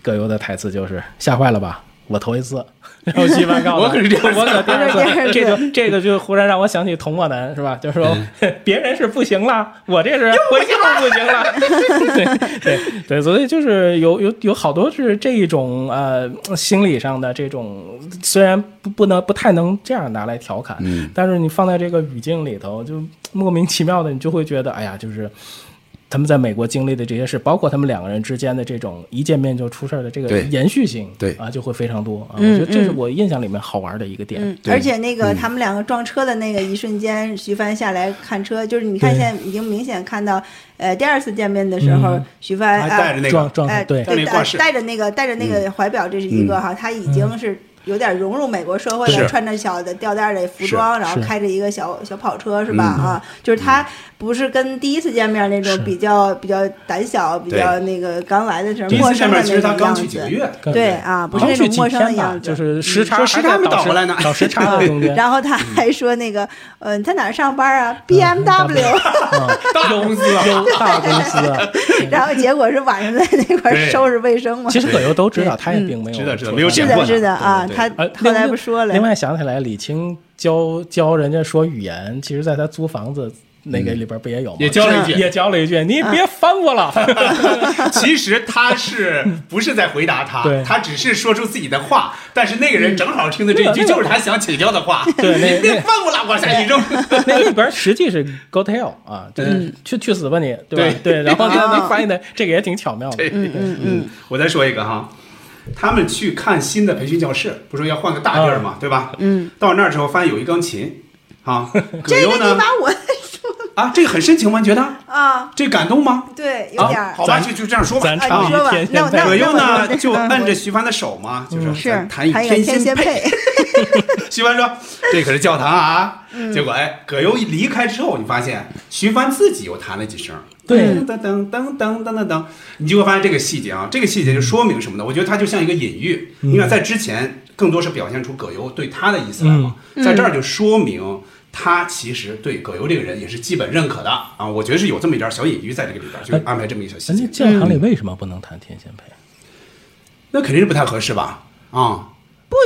葛优的台词就是吓坏了吧？我头一次。然后西班告诉我可是第二次我可第二我是第二次，次这个 这个就忽然让我想起童漠男是吧？就说 别人是不行了，我这是我又不行了。对对对，所以就是有有有好多是这一种呃心理上的这种，虽然不不能不太能这样拿来调侃，但是你放在这个语境里头，就莫名其妙的你就会觉得，哎呀，就是。他们在美国经历的这些事，包括他们两个人之间的这种一见面就出事儿的这个对延续性，对啊，就会非常多啊。嗯我觉得这是嗯我印象里面好玩的一个点。嗯，对而且那个他们两个撞车的那个一瞬间，徐帆下来看车，就是你看对现在已经明显看到，呃，第二次见面的时候嗯，徐帆还带啊着，那撞个，撞哎，对戴那挂饰嗯带着那个带着那个怀表，这是一个哈，他已经是有点融入美国社会了，是穿着小的吊带的服装，然后是开着一个小小跑车是吧？嗯啊，就是他不是跟第一次见面那是种比较比较胆小、比较那个刚来的时候第一陌次生见面的那其实种他刚样去几个子。 月，对啊，不是刚那去种几陌生的天吧样，子，就是时差说时还差在没倒过来呢倒时差的中间。 嗯然后他嗯还说那个，呃，你在哪儿上班啊？BMW。 大公司，啊有大公 司。啊然后结果是晚上在那块儿对收拾卫生嘛。其实葛优都知道，他也并没嗯有知道知道没有出是来见过的，呢是的啊，对他呃，后来另不说了另。外想起来，李青教教人家说语言，其实在他租房子那个里边不也有吗？嗯也教了一句也教了一句，你啊别翻 我了。其实他是不是在回答他对？他只是说出自己的话，但是那个人正好听的这一嗯句就是他想请教的话。对那 你别翻过来，往下一扔。那那边实际是 go tail 啊，就是去去死吧你，对吧？对，然后他嗯啊能发现的这个也挺巧妙 的。嗯 我再说一个哈，他们去看新的培训教室，不是要换个大地儿嘛，对吧？嗯，到那儿之后发现有一钢琴， 啊，葛这个优你呢把我 啊，这个很深情吗？你觉得啊，这感动吗？对，有啊点，儿。好吧，就就这样说吧啊咱。哎唱你一说吧啊天那天我在那葛我优那我呢就摁着徐帆的手嘛，就是嗯是咱弹一还有天仙仙配， 徐帆说：“ 这可是教堂啊！”结果哎，葛优一离开之后，你发现徐帆自己又弹了几声，对噔噔噔噔噔噔噔噔，你就会发现这个细节啊，这个细节就说明什么呢？我觉得它就像一个隐喻，因为在之前更多是表现出葛优对他的意思来嘛，在这儿就说明。他其实对葛优这个人也是基本认可的啊，我觉得是有这么一点小隐喻在这个里边，就安排这么一个小细人家节，教堂里为什么不能弹天仙配？那肯定是不太合适吧？啊，不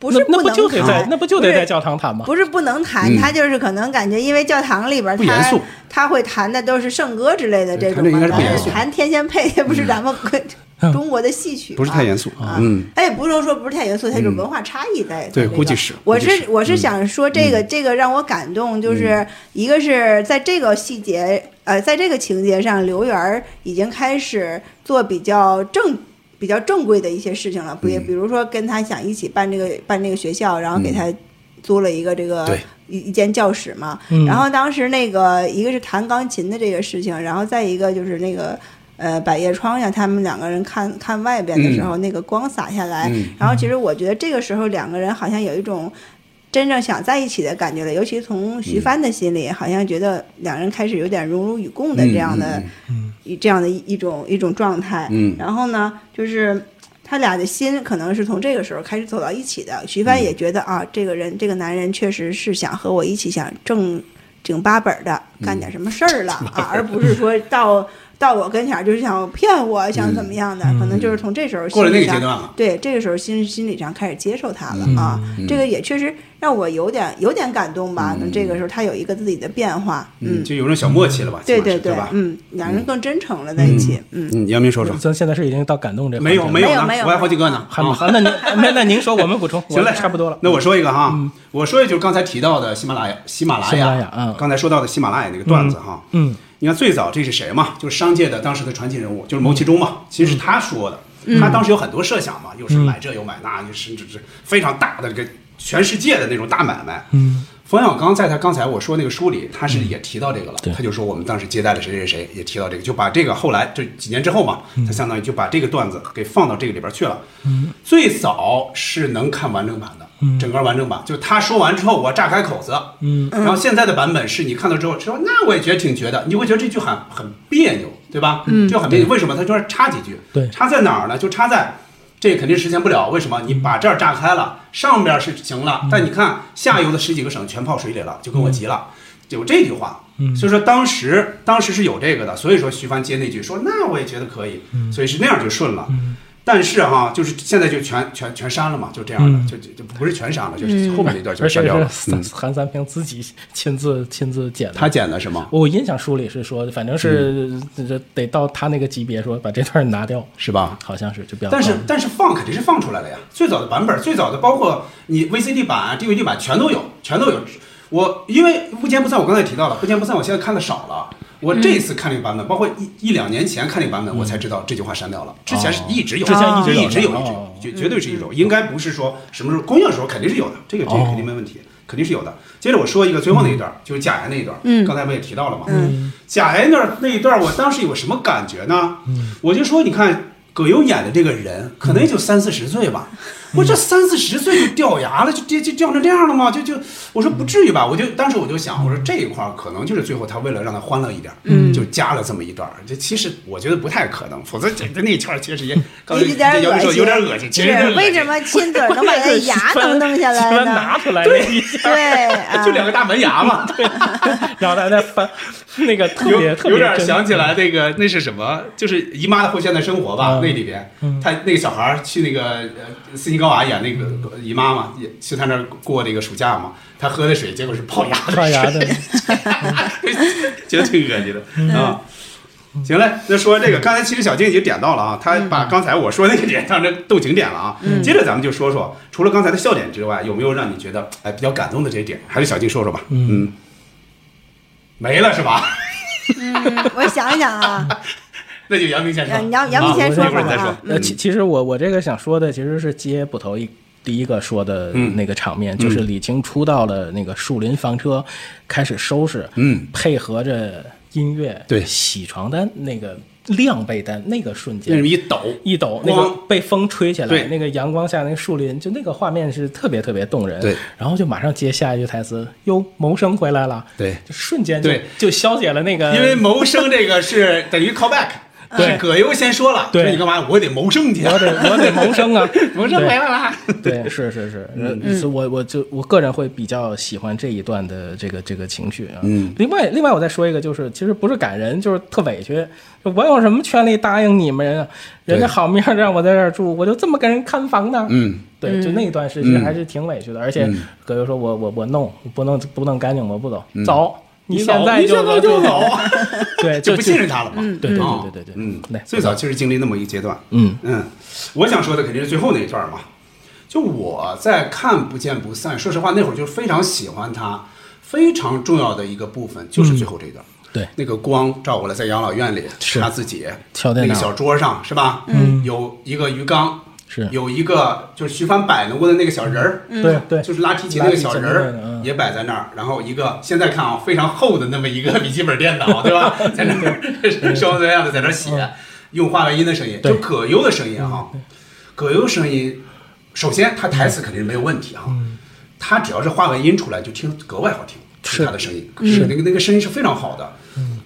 不是那那不能就得在弹那不就得是在教堂弹吗？不是不能弹，他就是可能感觉，因为教堂里边嗯不严他肃他会弹的都是圣歌之类的这种弹这嘛，应该是不但严是肃嗯弹天仙配也不是咱们 国中国的戏曲啊，不是太严肃啊。嗯，哎，不是说不是太严肃，它有文化差异在。在对这个估计是嗯我估计是我是想说这个这个让我感动，就是一个是在这个细节呃，在这个情节上，刘源儿已经开始做比较正。比较正规的一些事情了，不嗯也比如说跟他想一起办这个办这个学校，然后给他租了一个这个对一一间教室嘛。嗯然后当时那个一个是弹钢琴的这个事情，然后再一个就是那个呃百叶窗下他们两个人看看外边嗯的时候，那个光洒下来。然后其实我觉得这个时候两个人好像有一种。真正想在一起的感觉了，尤其从徐帆的心里，好像觉得两人开始有点荣辱与共的这样嗯的、一这样的一一种一种状态。嗯然后呢，就是他俩的心可能是从这个时候开始走到一起的。徐帆嗯也觉得、啊，这个人这个男人确实是想和我一起想正经八本儿的干嗯点什么事儿了、啊，而不是说到到我跟前儿就是想骗我，想怎么样的，可能就是从这时候嗯过了心那理个阶上段了，嗯对，这个时候心心理上开始接受他了啊，这个也确实让我有点有点感动嗯吧。那这个时候他有一个自己的变化，嗯，就有种小默契了吧？对起码对是对吧？嗯，两人更真诚了在一起，嗯，嗯，杨明说说。咱现在是已经到感动这没有环没节了有没有呢，没有我还好几个呢。还啊还那您那那您说，我们补充，行我嘞，差不多了。嗯那我说一个哈，我说一句刚才提到的喜马拉雅，喜马拉喜马拉雅雅嗯刚才说到的喜马拉雅那个段子哈，嗯，你看最早这是谁嘛？就是商界的当时的传奇人物，就是牟其中嗯嘛。其实是他说的，他当时有很多设想嘛，又是买这又买那，又是这这非常大的这个全世界的那种大买卖。嗯，冯小刚在他刚才我说那个书里，他是也提到这个了，嗯对他就说我们当时接待了谁谁谁，也提到这个，就把这个后来就几年之后嘛，嗯他相当于就把这个段子给放到这个里边去了。嗯，最早是能看完整版的，整个完整版，就他说完之后我炸开口子，嗯，然后现在的版本是你看到之后说那我也觉得挺觉得，你会觉得这句很很别扭，对吧？嗯，就很别扭，为什么？他就是插几句，对插在哪儿呢？就插在。这肯定实现不了，为什么？你把这儿炸开了，上边是行嗯了，但你看下游的十几个省全泡水里了，就跟我急了，有这句话。嗯所以说当嗯时当时是有这个的，所以说徐帆接那句说那我也觉得可以，所以是那样就顺了。但是哈、就是现在就全全全删了嘛，就这样的，就就就不是全删了，就是后面那段就嗯而且删掉了。嗯是韩三平自己亲自亲自剪的，他剪的是吗？我印象书里是说，反正是嗯这得到他那个级别说把这段拿掉，是吧？好像是就比较。但是但是放肯定是放出来了呀，最早的版本，最早的包括你 VCD 版、DVD 版全都有，全都有。我因为不见不散，我刚才也提到了，不见不散，我现在看的少了。嗯我这次看这个版本，包括一一两年前看这个版本，我才知道这句话删掉了。之哦前是一直有，之前一直有一直有，一直哦有绝绝对是一种，应该不是说什么时候公映的时候肯定是有的，这个哦这个肯定没问题，肯定是有的。接着我说一个最后那一段，就是假牙那一段，嗯刚才不也提到了吗？嗯假牙那段那一段，我当时有什么感觉呢？嗯我就说，你看葛优演的这个人，可能也就三四十岁嗯吧。我这三四十岁就掉牙了，就掉就掉成这样了吗？就就我说不至于吧，我就当时我就想，我说这一块儿可能就是最后他为了让他欢乐一点，嗯就加了这么一段儿。这其实我觉得不太可能，否则这这那一圈儿其实也刚才有点姚恶明说心，有点恶心，其实有点是恶心为 什么亲嘴 儿能把他的牙能弄下来喜欢呢？拿出来那 一 下，对啊，就两个大门牙嘛，然后在那翻，那个特别特有有别点真 想起来那个那是什么？就是《姨妈的后现代生活》嗯吧，那里边他那个小孩儿去那个呃斯琴高娃演那个呃姨妈嘛，也去他那儿过那个暑假嘛，他喝的水结果是泡牙的刷牙的 水，，觉得挺恶心嗯的啊。行嘞，那说这个，刚才其实小静已经点到了啊，她嗯把刚才我说那个点当成动情点了啊。接着咱们就说说，除了刚才的笑点之外，有没有让你觉得哎比较感动的这些点？还是小静说说吧。嗯，没了是吧？ 嗯，我想想啊，那就杨明先说。嗯杨杨明先说啊吧一会儿你再说啊。呃，其其实我我这个想说的其实是接捕头一第一个说的嗯那个场面，就是李青出到了那个树林房车，开始收拾，嗯，配合着音乐，对洗床单那个亮被单那个瞬那间么。一抖，一抖，那个光被风吹起来对，那个阳光下那个树林，就那个画面是特别特别动人。对，然后就马上接下一句台词：“哟，谋生回来了。”对就瞬间就对就消解了那个，因为谋生这个是等于 callback，对嗯是葛优先说了，对说你干嘛？我得谋生去，我得 我得谋生啊，谋生对没来啦。 对，是是是，嗯呃，所以我我就我个人会比较喜欢这一段的这个这个情绪啊。嗯，另外另外我再说一个，就是其实不是感人，就是特委屈。我有什么权利答应你们啊？人家好面儿让我在这儿住，我就这么跟人看房呢。嗯，对，就那一段是其实还是挺委屈的。而且葛优说我我我弄不弄不弄干净我不走，嗯走，你现在你就啊现在就走， 对，就不信任他。他了嘛。对对啊对对对对，嗯对，最早其实经历那么一阶段，嗯嗯，我想说的肯定是最后那一段嘛。就我在看《不见不散》，说实话，那会儿就非常喜欢它，非常重要的一个部分就是最后这一段。嗯对，那个光照过来，在养老院里，是他自己敲那电个脑小桌上是吧？嗯，有一个鱼缸，是有一个就是徐帆摆弄过的那个小人儿，嗯对对，就是拉提琴那个小人拉提琴那个儿嗯也摆在那儿，然后一个现在看啊非常厚的那么一个 笔记本电脑，对吧？在那儿 双模样的在那儿写，用话外音的声音，对就葛优的声音啊哈、葛优声音，首先他台词肯定是没有问题哈、他只要是话外音出来就听格外好听，是他的声音是嗯那个那个声音是非常好的，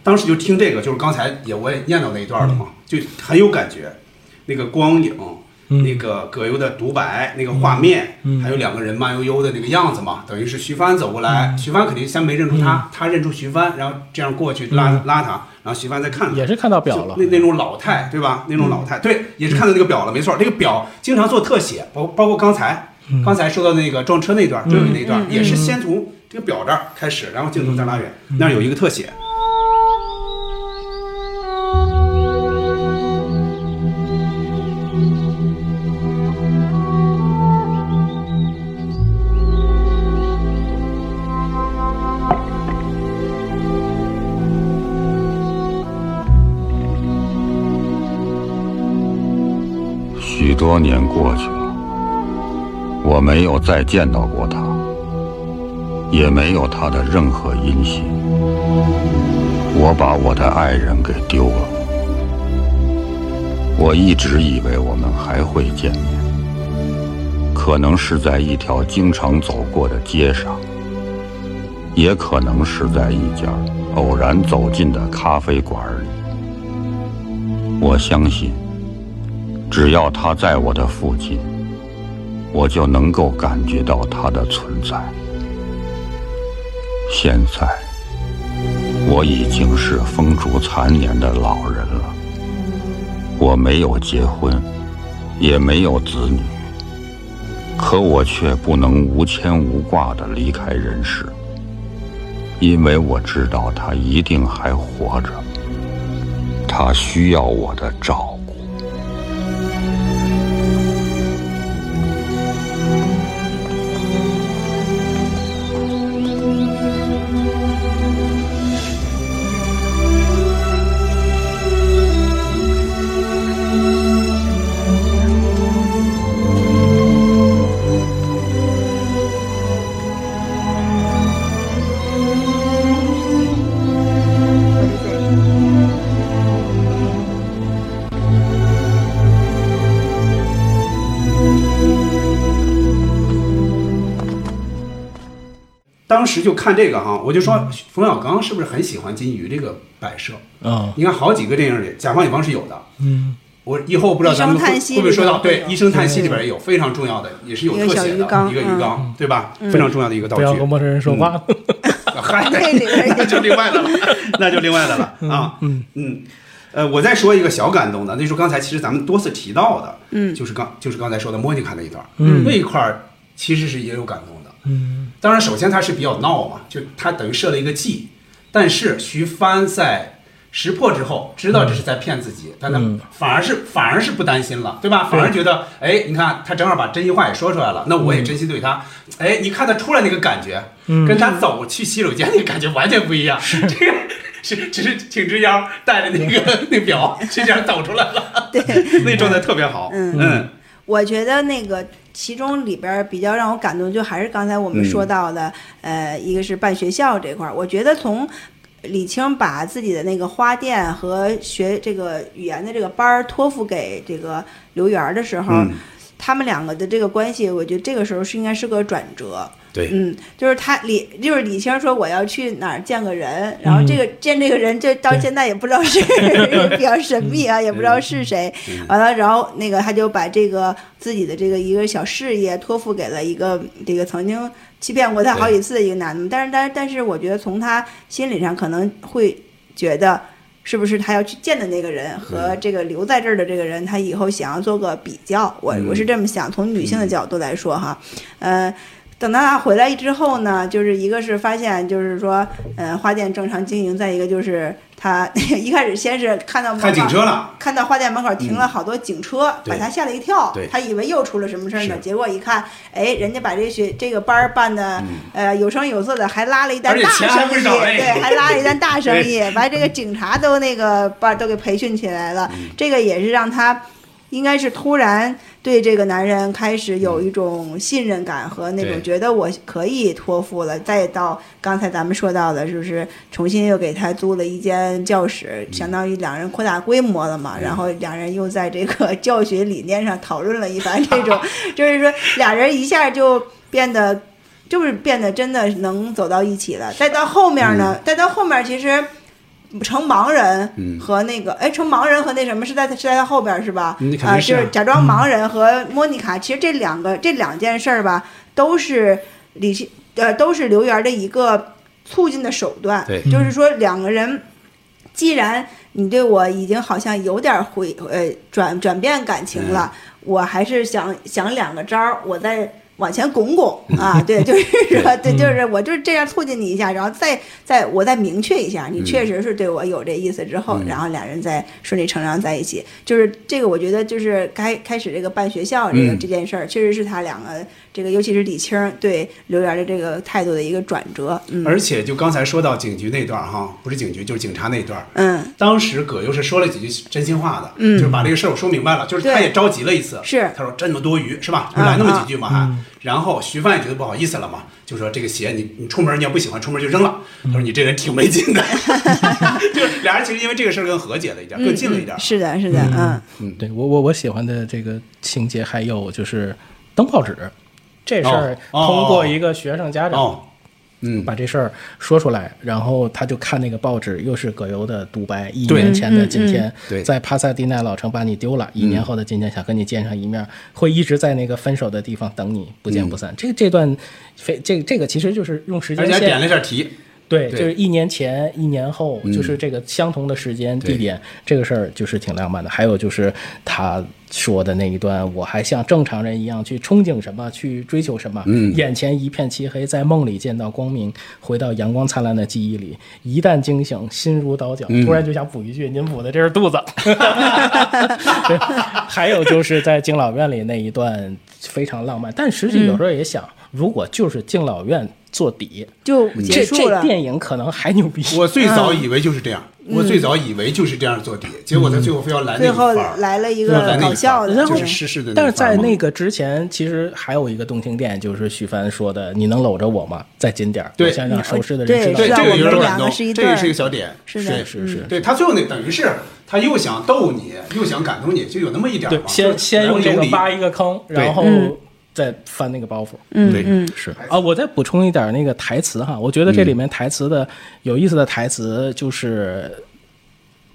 当时就听这个，就是刚才也我也念叨那一段了嘛，就很有感觉，那个光影。那个葛优的独白，那个画面，还有两个人慢悠悠的那个样子嘛，等于是徐帆走过来，嗯徐帆肯定先没认出他，他认出徐帆，然后这样过去拉、拉他，然后徐帆再看他，嗯也是看到表了嗯就那那种老态，对吧？那种老态，对，也是看到那个表了，没错，那个表经常做特写，包包括刚才嗯刚才说到那个撞车那段，追尾那段，也是先从这个表这儿开始，然后镜头再拉远，嗯那儿有一个特写，许多年过去了，我没有再见到过他，也没有他的任何音信。我把我的爱人给丢了。我一直以为我们还会见面，可能是在一条经常走过的街上，也可能是在一家偶然走进的咖啡馆里。我相信。只要他在我的附近，我就能够感觉到他的存在。现在，我已经是风烛残年的老人了，我没有结婚，也没有子女，可我却不能无牵无挂的离开人世，因为我知道他一定还活着，他需要我的照顾。当时就看这个哈，我就嗯说冯小刚是不是很喜欢金鱼这个摆设？啊，你看好几个电影里，甲方乙方是有的。嗯，我以后不知道咱们会一声叹息会不会说到，里边对有， 《一声叹息》里边也有非常重要的，也是有特写一个小鱼的缸一个鱼缸，对吧？嗯非常重要的一个道不要具跟。陌生人嗯说话。 嗨，那里边那 就另外的了，那就另外的了啊。嗯呃，我再说一个小感动的，那就是刚才其实咱们多次提到的，嗯就是刚就是刚才说的莫妮卡那一段，嗯那一块儿其实是也有感动的。嗯当然，首先他是比较闹嘛，就他等于设了一个计，但是徐帆在识破之后，知道这是在骗自己，但他嗯反而是反而是不担心了，对吧？反而觉得，哎，你看他正好把真心话也说出来了，那我也真心对他，哎，你看他出来那个感觉，嗯跟他走去洗手间那个感觉完全不一样，是 这个是只是挺直腰，带着那 个那表，是这样走出来了，对，那状态特别好，嗯嗯我觉得那个其中里边儿比较让我感动，就还是刚才我们说到的，呃，一个是办学校这块儿，我觉得从。李青把自己的那个花店和学这个语言的这个班儿托付给这个刘源儿的时候，嗯，他们两个的这个关系，我觉得这个时候是应该是个转折。对嗯，就是他李，就是李青说我要去哪儿见个人，然后这个、见这个人，这到现在也不知道是比较神秘啊，也不知道是谁。完了，然后那个他就把这个自己的这个一个小事业托付给了一个这个曾经欺骗过他好几次的一个男的，但是但但是我觉得从他心理上可能会觉得。是不是他要去见的那个人和嗯这个留在这儿的这个人，他以后想要做个比较？我嗯我是这么想，从女性的角度来说哈，呃，等到他回来之后呢，就是一个是发现就是说，呃，花店正常经营，再一个就是他 一开始先是看到门口看警车了，看到花店门口停了好多警车，对把他吓了一跳对，他以为又出了什么事儿呢是？结果一看，哎，人家把这学这个班儿办的、呃有声有色的，还拉了一单嗯而且大钱还不生意，少哎对，还拉了一单大生意，把这个警察都那个把都给培训起来了，这个也是让他。应该是突然对这个男人开始有一种信任感和那对种觉得我可以托付了，再到刚才咱们说到的，就是重新又给他租了一间教室，相当于两人扩大规模了嘛。然后两人又在这个教学理念上讨论了一番，这种就是说俩人一下就变得。就是变得真的能走到一起了，再到后面嗯呢，再到后面其实成盲人和那个哎、成盲人和那什么是在是在他后边是吧？嗯肯啊、定是啊就是假装盲人和莫妮卡，其实这两个这两件事儿吧，都是李希呃都是刘源的一个促进的手段，对就是说两个人既然你对我已经好像有点回呃转转变感情了，哎我还是想想两个招儿，我再往前拱拱嗯啊，对， 就是说，对，就是我就是这样促进你一下，然后再再我再明确一下，嗯你确实是对我有这意思之后，然后俩人再顺理成章在一起，就是这个，我觉得就是开开始这个办学校这个、嗯这件事儿，确实是他两个这个，尤其是李青儿对刘源的这个态度的一个转折，嗯而且就刚才说到警局那段儿哈，不是警局就是警察那段儿，嗯，当时葛优是说了几句真心话的，嗯就是把这个事儿我说明白了，就是他对也着急了一次，是他说这么多余是吧？嗯来那么几句嘛还，然后徐帆也觉得不好意思了嘛，就说这个鞋你你出门你要不喜欢出门就扔了，嗯他说你这人挺没劲 的，就是俩人其实因为这个事儿更和解了嗯一点，更近了一点，是的，是的，嗯对我我我喜欢的这个情节还有就是登报纸这事儿，哦哦通过一个学生家长哦，嗯，把这事儿说出来，然后他就看那个报纸，又是葛优的独白，一对年前的今天，对嗯在帕萨迪纳老城把你丢了，一年后的今天想跟你见上一面，会一直在那个分手的地方等你，不嗯见不散。这这段非这这个其实就是用时而间且还点线了一下题，对，对嗯就是一年前、一年后，就是这个相同的时间、地点，这个事儿就是挺浪漫的。还有就是他说的那一段，我还像正常人一样去憧憬什么，去追求什么。嗯眼前一片漆黑，在梦里见到光明，回到阳光灿烂的记忆里，一旦惊醒，心如刀绞。嗯突然就想补一句：“您补的这是 肚子。”对还有就是在敬老院里那一段非常浪漫，但实际有时候也想，如果就是敬老院做底，就嗯结这束这了。电影可能还牛逼。我最早嗯以为就是这样，我最早以为就是这样做底，结果他最后非要来那最一后范儿，来了一最后来个那搞一范笑儿的，然后就是失事的一范 但儿嘛。是在那个之前，其实还有一个动情点，就是许帆说的：“你能搂着我吗？再紧点儿，对我想让手势的对人知道。对让这个我有们点感两个动，是一这对个儿是一个小点，是是的，嗯是是，对他最后那等于是他又想逗你，又想感动你，就有那么一点儿对嘛，。先先用这个八，挖一个坑，对然后嗯再翻那个包袱。嗯对嗯，是啊，我再补充一点那个台词哈，我觉得这嗯里面台词的有意思的台词就是。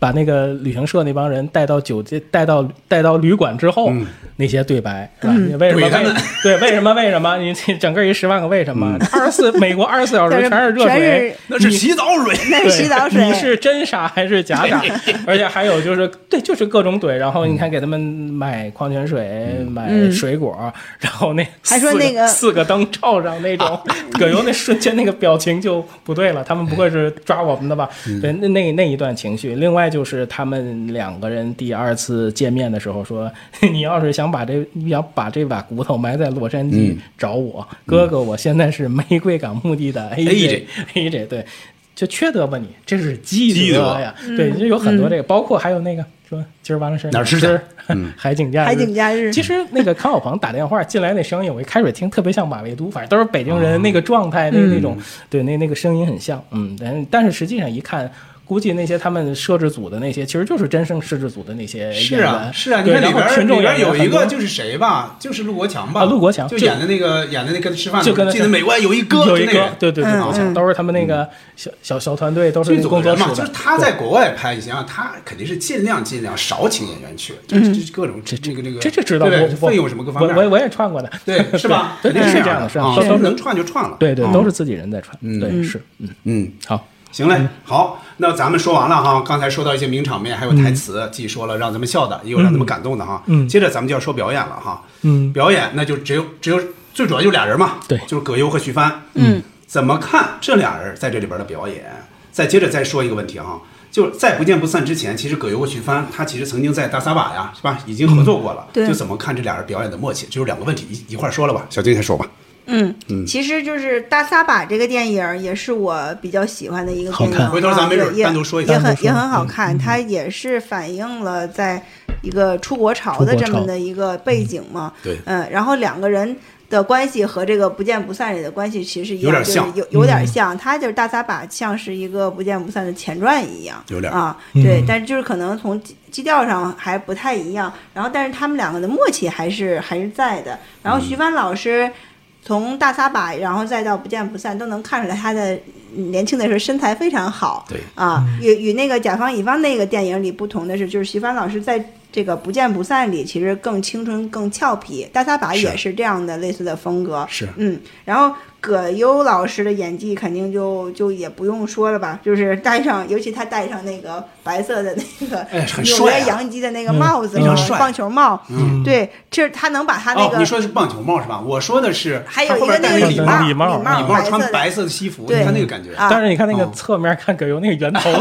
把那个旅行社那帮人带到酒店，带到带到旅馆之后，那些对白是吧？你为什么嗯怼他为们嗯对为什么为什么你这整个一十万个为什么，二十四美国二十四小时全是热全水是，那是洗澡水。那对洗澡水，你是真傻还是假傻？而且还有就是，对，就是各种怼。然后你看，给他们买矿泉水、买水果，然后那嗯还说四那个啊四个灯照上那种，葛优那瞬间那个表情就不对了。他们不会是抓我们的吧？对，那那那一段情绪。另外就是他们两个人第二次见面的时候说：“ 你要是想把这你要把这把骨头埋在洛杉矶，找我哥哥，我现在是玫瑰港墓地的 AJ AJ 对。”就缺德吧你，这是积积德呀。对，就有很多这个，包括还有那个说今儿完了事儿哪儿吃吃嗯去？ 海景假日海景假日其实那个康小鹏打电话进来那声音，我一开始听特别像马未都，反正都是北京人那个状态，那那种对那那个声音很像。嗯，但但是实际上一看。估计那些他们摄制组的那些，其实就是真正摄制组的那些演 是员。啊，是啊，你对看里然后边群里众边演员有一很多个就是谁吧，就是陆国强吧，啊陆国强就就演的那个演的那个吃饭的，就跟他记得美国有一哥，就有一那个人，对对对，我想都是他们那个小小小团队，都是剧那组工的作人室嘛，的就是他在国外拍，你想想，他肯定是尽量尽量少请演员去，嗯就是就是各种这这个这个这这知道对我不对我费用什么各方面，我我我也串过的，？对是吧对肯定是这这样的，的，是啊，啊都都是能串就串了，对对啊，都是自己人在传，对是，嗯，嗯。好，行嘞，好，那咱们说完了哈，刚才说到一些名场面，还有台词，既说了让咱们笑的，也有让咱们感动的哈。嗯接着咱们就要说表演了哈。嗯表演那就只有只有最主要就俩人嘛，对就是葛优和徐帆。嗯，怎么看这俩人在这里边的表演？再接着再说一个问题哈，就是在不见不散之前，其实葛优和徐帆他其实曾经在大撒把呀，是吧？已经合作过了。对就怎么看这俩人表演的默契？只有两个问题，一一块儿说了吧。小金先说吧。嗯，其实就是《大撒把》这个电影儿也是我比较喜欢的一个好电影看啊，回头咱没准儿也单独说一下嗯也单独很说也很好看，它也是反映了在一个出国潮的出国这潮么的一个背景嘛。对嗯，然后两个人。的关系和这个不见不散里的关系其实一有点样，就是像有有点像，它就是大撒把像是一个不见不散的前传一样，有点儿啊，对，但是就是可能从基基调上还不太一样，然后但是他们两个的默契还是还是在的，然后嗯徐帆老师。从大撒把，然后再到不见不散，都能看出来他的嗯年轻的时候身材非常好。对啊，与与那个甲方乙方那个电影里不同的是，就是徐帆老师在这个不见不散里其实更青春、更俏皮，大撒把也是这样的类似的风格。是嗯，然后葛优老师的演技肯定就就也不用说了吧，就是戴上，尤其他戴上那个白色的那个哎很纽帅啊约洋基的那个帽子非常嘛，帅棒球帽，对，这他能把啊他那哦，个你说的是棒球帽是吧？我说的是还有他一后个边戴那那个个礼礼帽帽，礼礼帽礼帽穿白白色色的西服，对你看那个感觉，啊但是你看那个哦侧面看葛优那个圆头，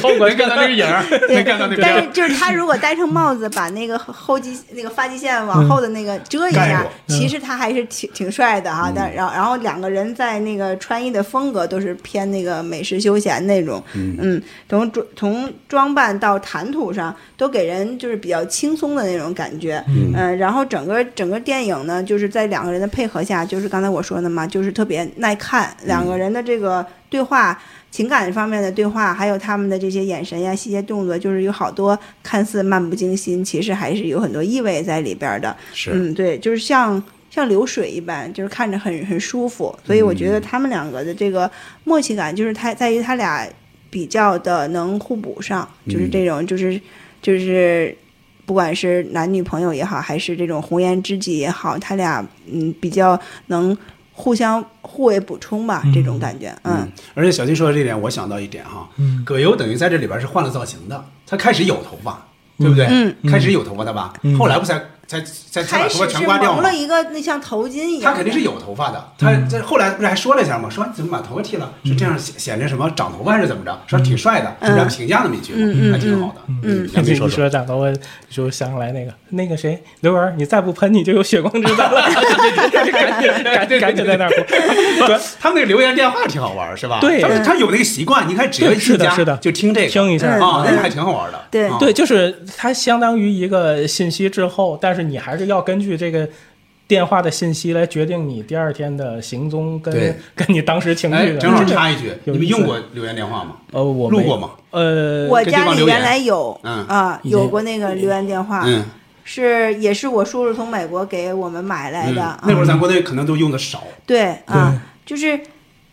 头过来看到那个影儿，的。能看到那个但影是就是他如果戴上帽子，把那个后髻、那个发际线往后的那个遮一嗯盖下过，其实他还是挺挺帅的哈。但然后然后两个人在那个穿衣的风格都是偏那个美式休闲那种，嗯，从装从装扮到谈吐上都给人就是比较轻松的那种感觉，嗯、然后整个整个电影呢，就是在两个人的配合下，就是刚才我说的嘛，就是特别耐看，两个人的这个对话。情感方面的对话，还有他们的这些眼神呀、细节动作，就是有好多看似漫不经心，其实还是有很多意味在里边的。是嗯，对，就是像像流水一般，就是看着很很舒服。所以我觉得他们两个的这个默契感，就是他在于他俩比较的能互补上，就是这种就是就是。不管是男女朋友也好，还是这种红颜知己也好，他俩嗯比较能互相互为补充吧，这种感觉，嗯嗯，而且小嗯金说的这点，我想到一点哈，葛优等于在这里边是换了造型的，他开始有头发，对不对？嗯开始有头发的吧，嗯后来不才才才才把开头发始全是刮掉蒙吗了？一个那像头巾一他样，肯定是有头发嗯的，他这后来不是还说了一下吗？说你怎么把头发剃了？说这样显显着什么长头发还是怎么着？说挺帅的，嗯然后评价那么一句嗯嗯，还挺好的。嗯，还没你说出来说长头发，你说想起来那个那个谁，刘文，你再不喷你就有血光之灾了，赶紧赶紧赶紧在那儿哭， 他们那个留言电话挺好玩，是吧？对他们他有那个习惯，你看只要一对是进的家是的就听这个，听一下啊，那个还挺好玩的。对啊对，就是它相当于一个信息滞后，但是你还是要根据这个。电话的信息来决定你第二天的行踪跟，对 跟你当时情哎绪，的。正好这插一句，你有们意思用过留言电话吗？呃，我录没过吗？呃，我跟对家方里留言原来有嗯啊，已经有过那个留言电话，嗯，是也是我叔叔从美国给我们买来的嗯啊。那会儿咱国内可能都用的少，对啊，就是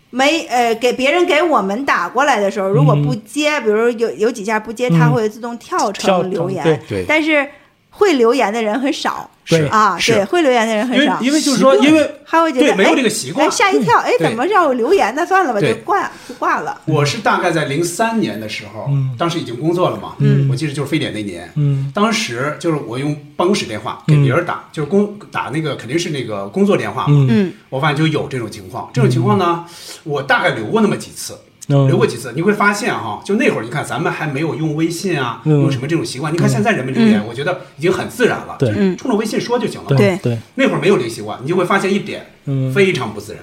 没呃给别人给我们打过来的时候，如果嗯不接，比如有有几下不接，它嗯会自动跳跳成留成言，对对但是会留言的人很少，对啊，是对，会留言的人因很为少。因为就是说，因为还会觉得对没有哎这个习惯嗯哎吓一跳，哎，对怎么让我留言呢？算了吧，对就挂就挂了。我是大概在零三年的时候嗯，当时已经工作了嘛，嗯我记得就是非典那年，嗯当时就是我用办公室电话给别人打，就是工打那个肯定是那个工作电话嘛，嗯我发现就有这种情况。这种情况呢，我大概留过那么几次，嗯，留过几次，你会发现哈、就那会儿你看咱们还没有用微信啊，嗯用什么这种习惯。你看现在人们留言，我觉得已经很自然了，对就是冲着微信说就行了嘛。对嗯对对，那会儿没有这个习惯，你就会发现一点，嗯非常不自然。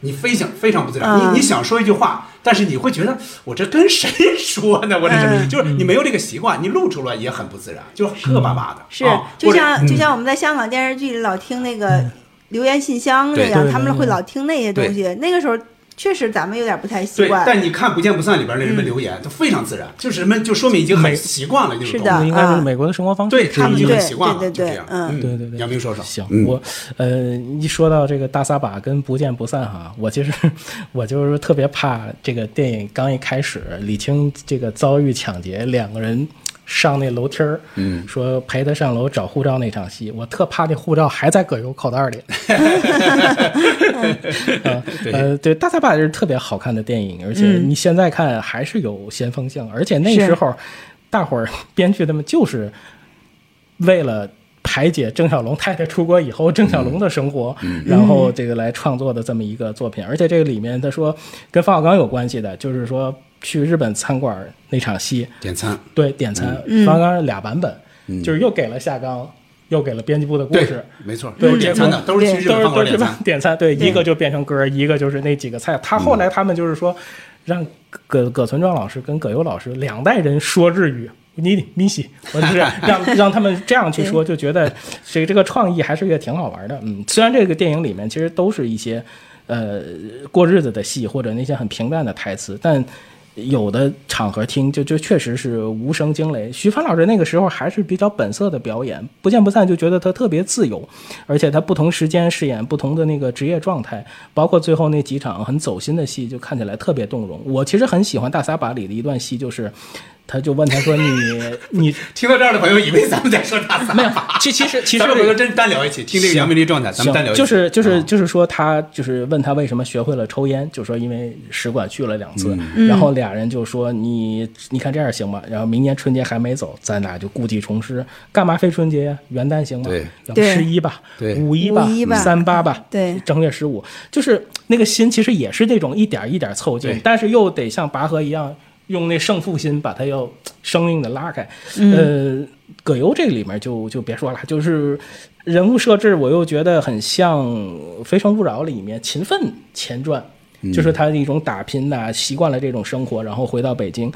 你非想非常不自然，嗯你你想说一句话，但是你会觉得我这跟谁 说呢？我这是、嗯就是你没有这个习惯，你录出来也很不自然，就是磕巴巴的。是啊，就或者嗯像就像我们在香港电视剧里老听那个留言信箱那对样，对他们对会老听那些东西。那个时候确实咱们有点不太习对，惯，嗯但你看《不见不散》里边的人们留言，都非常自然，就是人们就说明已经很习惯了那种是东西。的那应该啊是美国的生活方式对之他们已经一对很习惯了，对对就这样对嗯对对对杨明说说，行，嗯我呃，一说到这个大撒把跟不见不散哈，我其实我就是特别怕这个电影刚一开始，李青这个遭遇抢劫，两个人上那楼梯儿，嗯，说陪他上楼找护照那场戏，我特怕那护照还在葛优口袋里。 啊呃，对，大撒把是特别好看的电影，而且你现在看还是有先锋性，而且那是时候大伙儿编剧他们就是。为了排解郑晓龙太太出国以后郑晓龙的生活，然后这个来创作的这么一个作品，而且这个里面他说跟冯小刚有关系的，就是说去日本餐馆那场戏，点餐，对点餐，冯小刚俩版本，就是又给了夏刚，又给了编辑部的故对事。，没错，对都是点餐的，这都是去日都本是饭都馆是点吧餐，？点餐，对，一个就变成歌儿，一个就是那几个菜。他后嗯来他们就是说，让葛葛存壮老师跟葛优老师两代人说日语。你你喜，我 就是让让他们这样去说，就觉得这这个创意还是一个挺好玩的。嗯，虽然这个电影里面其实都是一些呃过日子的戏或者那些很平淡的台词，但有的场合听就就确实是无声惊雷。徐帆老师那个时候还是比较本色的表演，不见不散就觉得他特别自由，而且他不同时间饰演不同的那个职业状态，包括最后那几场很走心的戏，就看起来特别动容。我其实很喜欢《大撒把》里的一段戏，就是他就问他说你你 听到这儿的朋友以为咱们在说大撒没有把，，其其实其实咱们回头真单聊一期，听这个杨明这状态，咱们单聊一期。就是就是啊就是说，他就是问他为什么学会了抽烟，就说因为使馆去了两嗯次，嗯然后俩人就说你你看这样行吗？然后明年春节还没走，咱俩就故技重施，干嘛非春节呀？元旦行吗？对，要对十一吧，对五一吧，五一吧三八吧，对正月十五，就是那个心其实也是这种一点儿一点儿凑近对，但是又得像拔河一样。用那胜负心把它要生硬的拉开，呃，葛优这里面就就别说了，就是人物设置，我又觉得很像《非诚勿扰》里面勤奋前传，嗯就是他的一种打拼呐、习惯了这种生活，然后回到北京。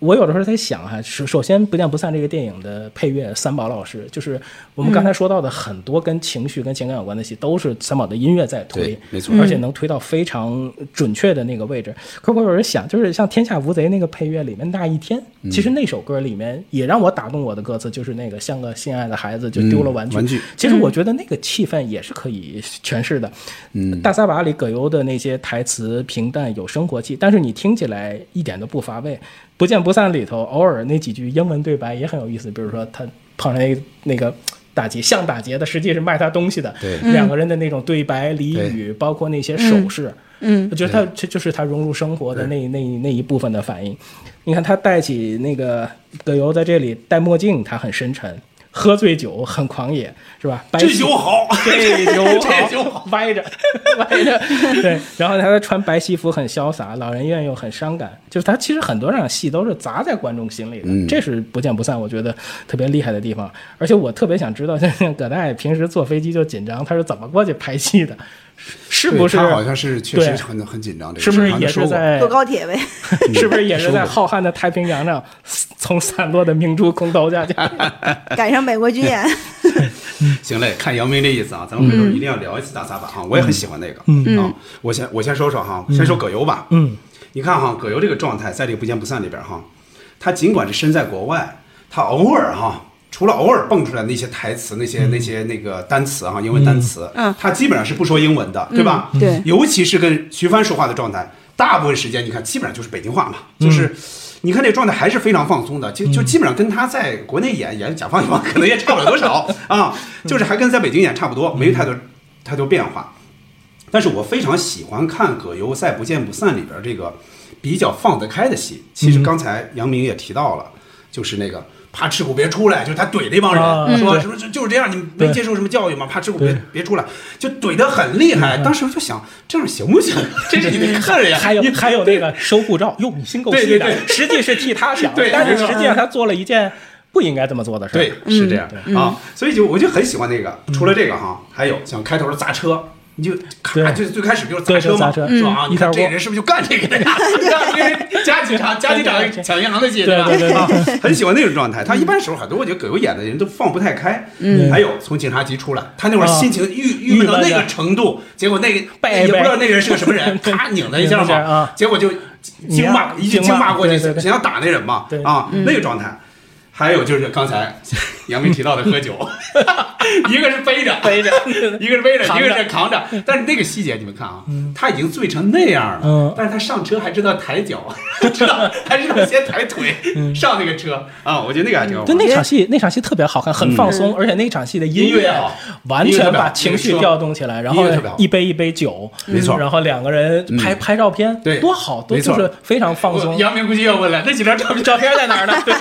我有的时候在想哈、首首先《不见不散》这个电影的配乐，三宝老师就是我们刚才说到的很多跟情绪、跟情感有关的戏，都是三宝的音乐在推对，没错而且能推到非常准确的那个位置。可我有人想，就是像《天下无贼》那个配乐里面那一天，嗯其实那首歌里面也让我打动我的歌词，就是那个像个心爱的孩子就丢了玩具。嗯玩具其实我觉得那个气氛也是可以诠释的。嗯，大撒把里葛优的那些台词平淡有生活气，但是你听起来一点都不乏味。不见不散里头偶尔那几句英文对白也很有意思，比如说他碰上那那个。打劫，像打劫的，实际是卖他东西的。对嗯两个人的那种对白、俚语，包括那些手势，嗯嗯我觉得他这就是他融入生活的那那那一部分的反应。你看他戴起那个葛优在这里戴墨镜，他很深沉。喝醉酒很狂野，是吧？白这 西酒好这酒好， 这酒好， 歪着，歪着。对，然后他穿白西服很潇洒，老人院又很伤感，就是他其实很多场戏都是砸在观众心里的，嗯这是不见不散，我觉得特别厉害的地方。而且我特别想知道，像像葛大爷平时坐飞机就紧张，他是怎么过去拍戏的？是不是？对他好像是确对实很很紧张，这个是不是好像也是说过在坐高铁 呗。是不是也是在嗯浩瀚的太平洋上，从散落的明珠空投下去？哎赶上美国军演，行嘞，看姚明这意思啊，咱们回头一定要聊一次大撒把啊，我也很喜欢那个。嗯啊，我先我先说说哈，先说葛优吧。嗯，你看哈，葛优这个状态，在这个《不见不散》里边哈，他尽管是身在国外，他偶尔哈，除了偶尔蹦出来的那些台词、那些那些那个单词哈，英文单词，嗯他基本上是不说英文的，对吧？嗯对尤其是跟徐帆说话的状态，大部分时间你看，基本上就是北京话嘛，嗯就是。你看这状态还是非常放松的，就就基本上跟他在国内演演甲方乙方 可能也差不了多少啊，就是还跟在北京演差不多，没太多太多变化。但是我非常喜欢看葛优在《不见不散》里边这个比较放得开的戏。其实刚才杨明也提到了，就是那个怕吃苦别出来，就是他怼那帮人、啊说对什么就就是这样，你们没对接受什么教育吗？怕吃苦别对嗯别出来，就怼得很厉害。当时我就想，这样行不行？这是你得看着呀，还有你还有那个收护照，哟，你心够细对的对，对实际是替他想对，但没是错实际上他做了一件不应该这么做的事儿对。，是这样嗯啊，所以就我就很喜欢那个。除了这个哈，还有像开头的砸车，你就咔，对就是最开始就是砸对车就嘛，砸车是吧？啊嗯你看一这条锅人是不是就干这个的 呀？加警察，加警长抢银行的戏，吧？对对对啊，很喜欢那种状态。他一般时候很多，我觉得葛优演的人都放不太开。嗯还有从警察局出来，他那会儿啊心情郁郁闷到那郁闷个的程度，结果那个拜也不知道拜那个人是个什么 人，咔拧了一下拧了一下嘛啊，结果就你惊呀骂，一句惊惊骂骂过去，对对对想要打那人嘛对，啊，嗯那个状态。还有就是刚才杨明提到的喝 酒，一个是背着，背着， 一个是背着，扛一着个是扛着。但是那个细节你们看啊，他已经醉成那样了嗯，但是他上车还知道抬 脚，知道还知道先抬腿上那个车啊。我觉得那个还挺好就玩。嗯那场戏，那场戏特别好看，很放松，而且那场戏的音音乐啊好完全把情绪调动起来，然后音乐特别好嗯一杯一杯酒，没错嗯然后两个人拍拍照片，对多好，都没就错是非常放我松。杨明估计要 问了，那几张照片照片在 哪儿呢？对，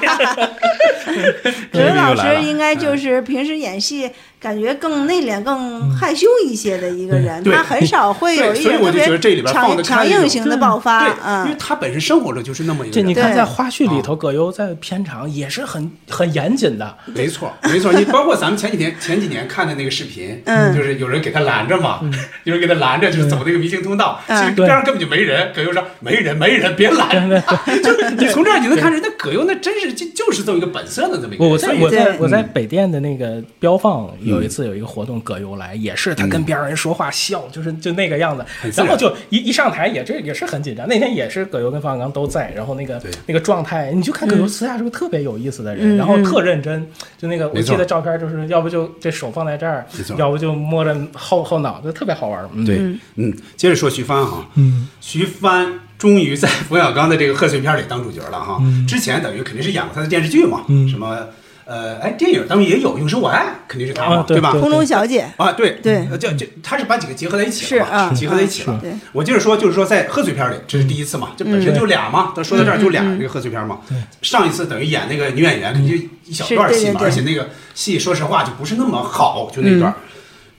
刘老师嗯应该就是平时演戏感觉更内敛、更害羞一些的一个人，嗯对他很少会有一对所以种我特就觉得这里别边放强得强开一种硬型的爆发对，，因为嗯，他本身生活中就是那么一个这人。你看对在花絮里头，葛优在片场也是很很严谨的，没错，没错。你包括咱们前几天前几年看的那个视频，嗯就是有人给他拦着嗯嘛，有人给他拦着，就是走那个迷行通道，嗯其实边上根本就没人。葛优说没人，没人，别拦。 就你从这儿你能看出，那葛优那真是就就是这么一个本色的这么一个人。我我在所以我在对我在嗯北电的那个标放有一次有一个活动，葛优来也是他跟边上人说话笑，就是就那个样子很，自然然后就一一上台也这也是很紧张。那天也是葛优跟方小刚都在，然后那个对那个状态，你就看葛优私下是个特别有意思的人，嗯然后特认真，就那个我没错记得照片就是要不就这手放在这儿没错，要不就摸着后后脑，就特别好玩。嗯，对，嗯，接着说徐帆哈，嗯，徐帆终于在冯小刚的这个贺岁片里当主角了哈。嗯之前等于肯定是演过他的电视剧嘛，什么呃，哎，电影当然也有《永生我爱》，肯定是他嘛，啊对吧？对空中小姐，啊，对对呃这这他是把几个结合在一起是了嘛，啊，结合在一起啊了。对，嗯我接着说，就是说在贺岁片里，这是第一次嘛，这本身就俩嘛，他说到这儿就俩这个贺岁片嘛。上一次等于演那个女演嗯员，肯定就一小段戏嘛，而是对对对嗯且那个戏说实话就不是那么好，就那段。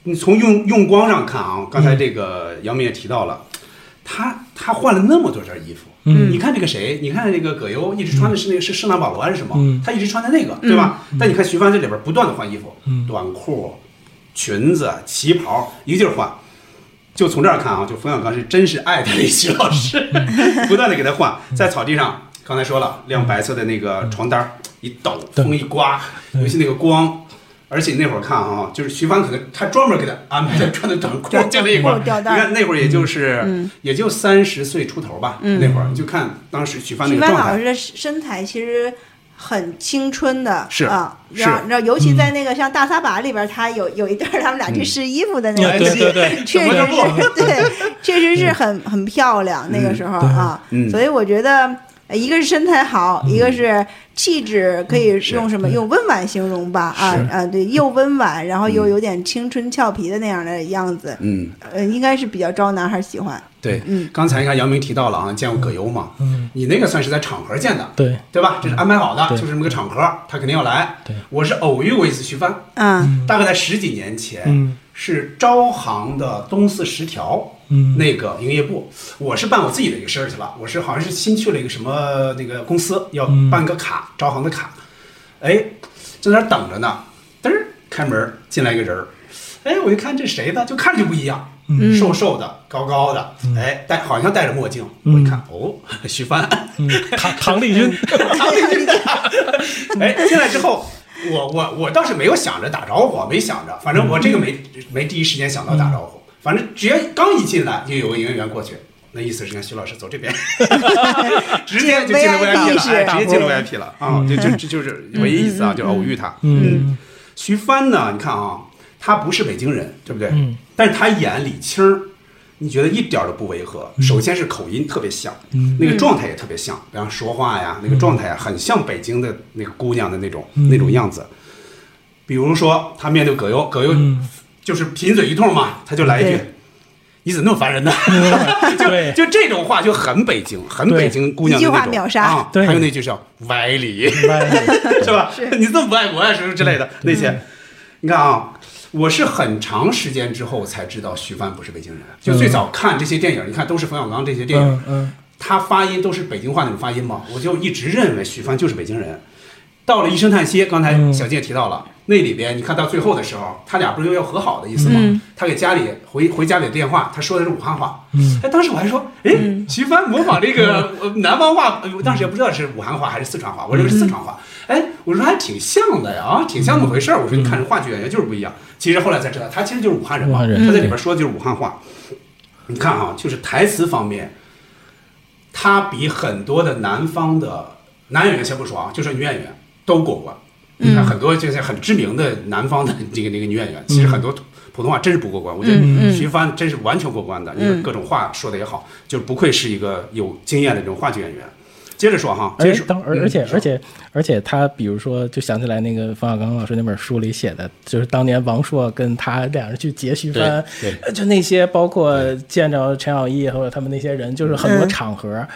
你从用用光上看啊，刚嗯才这个杨明也提到了，他他换了那么多件衣服。嗯你看这个谁？你看这个葛优一直穿的是那个是圣诞保罗还是什么？嗯他一直穿的那个，对吧？嗯但你看徐帆这里边不断的换衣服，嗯短裤、裙子、啊旗袍，一个劲儿换。就从这儿看啊，就冯小刚是真是爱戴徐老师， 不断的给他换，在草地上，刚才说了，晾白色的那个床单儿一抖，风一刮，尤其那个光，而且那会儿看啊，就是徐帆可能他 专门给他安排的穿的短裤，短就那一会儿，短裤吊带嗯儿你看那会儿也就是、也就三十岁出头吧，嗯那会儿你就看当时徐帆那个徐帆状老态师，的身材其实很青春的，是啊，是然后然后尤嗯其在那个像《大撒把》里边，他有有一段他们俩嗯去试衣服的那个嗯对对戏，对对， 确实怎么是，对，确实是很很漂亮那个时候啊，嗯所以我觉得呃一个是身材好，一个是气质，可嗯以是用什么用温婉形容吧？啊是啊，对，又温婉，然后又有点青春俏皮的那样的样子，嗯，呃，应该是比较招男孩喜欢。对，嗯刚才你看姚明提到了啊，见过葛优嘛，嗯，你那个算是在场合见的，对，对吧？这是安排好的，对就是这么个场合，他肯定要来。对，我是偶遇过一次徐帆， 啊，大概在十几年前，嗯是招行的东四十条嗯，那个营业部，我是办我自己的一个事儿去了，我是好像是新去了一个什么那个公司，要办个卡，招行的卡，嗯哎，在那儿等着呢，嘚儿开门儿进来一个人儿，哎，我一看这谁呢？就看着就不一样，嗯瘦瘦的，高高的，哎，戴好像戴着墨镜，嗯我一看，哦， 徐帆， 唐唐丽君， 哎，进来之后，我我我倒是没有想着打招呼，啊没想着，反正我这个没没第一时间想到打招呼，反正只要刚一进来，就有个营业员过去，那意思是看徐老师走这 边，直接就进了 VIP 了，哎直接进了 VIP 了啊，就就就就是唯一一次啊，就偶遇他。嗯徐帆呢，你看啊，他不是北京人，对不对？嗯但是他演李青儿，你觉得一点儿都不违和。嗯首先是口音特别像，那个状态也特别像，比方说话嗯呀，那个状态啊，很像北京的那个姑娘的那种、那种样子。比如说，他面对葛优，葛优嗯，就是贫嘴一通嘛，他就来一句对：“你怎么那么烦人呢？” 对 就这种话就很北京，很北京姑娘的那种一句话秒杀啊。对还有那句叫“歪理”，是吧？是你这么不爱国呀，什么之类的那些，你看啊。我是很长时间之后才知道徐帆不是北京人，就最早看这些电影，你看都是冯小刚这些电影，嗯嗯他发音都是北京话那种发音嘛，我就一直认为徐帆就是北京人。到了一声叹息，刚才嗯小静也提到了，那里边你看到最后的时候，他俩不是又要和好的意思吗？他给家里回回家里的电话，他说的是武汉话。嗯哎，当时我还说，哎，徐帆模仿这个呃南方话，呃我当时也不知道是武汉话还是四川嗯话，我认为是四川话。哎，我说还挺像的呀，啊，挺像那么回嗯事儿。我说你看这话剧演员就是不一样。其实后来才知道，他其实就是武汉人嘛，武汉人他在里边说的就是武汉话。你看啊，就是台词方面，他比很多的南方的男演员先不说啊，就说女演员都过关。嗯你看很多就是很知名的南方的这个那个女演员，嗯其实很多普通话真是不过关。我觉得徐帆真是完全过关的，因嗯为各种话说的也好，就是不愧是一个有经验的这种话剧演员。接着说哈，接而着说，当而嗯而且说而且而且他比如说，就想起来那个冯小刚老师那本书里写的，就是当年王朔跟他两人去劫徐帆对对，呃就那些包括见着陈小艺或者他们那些人，就是很多场合。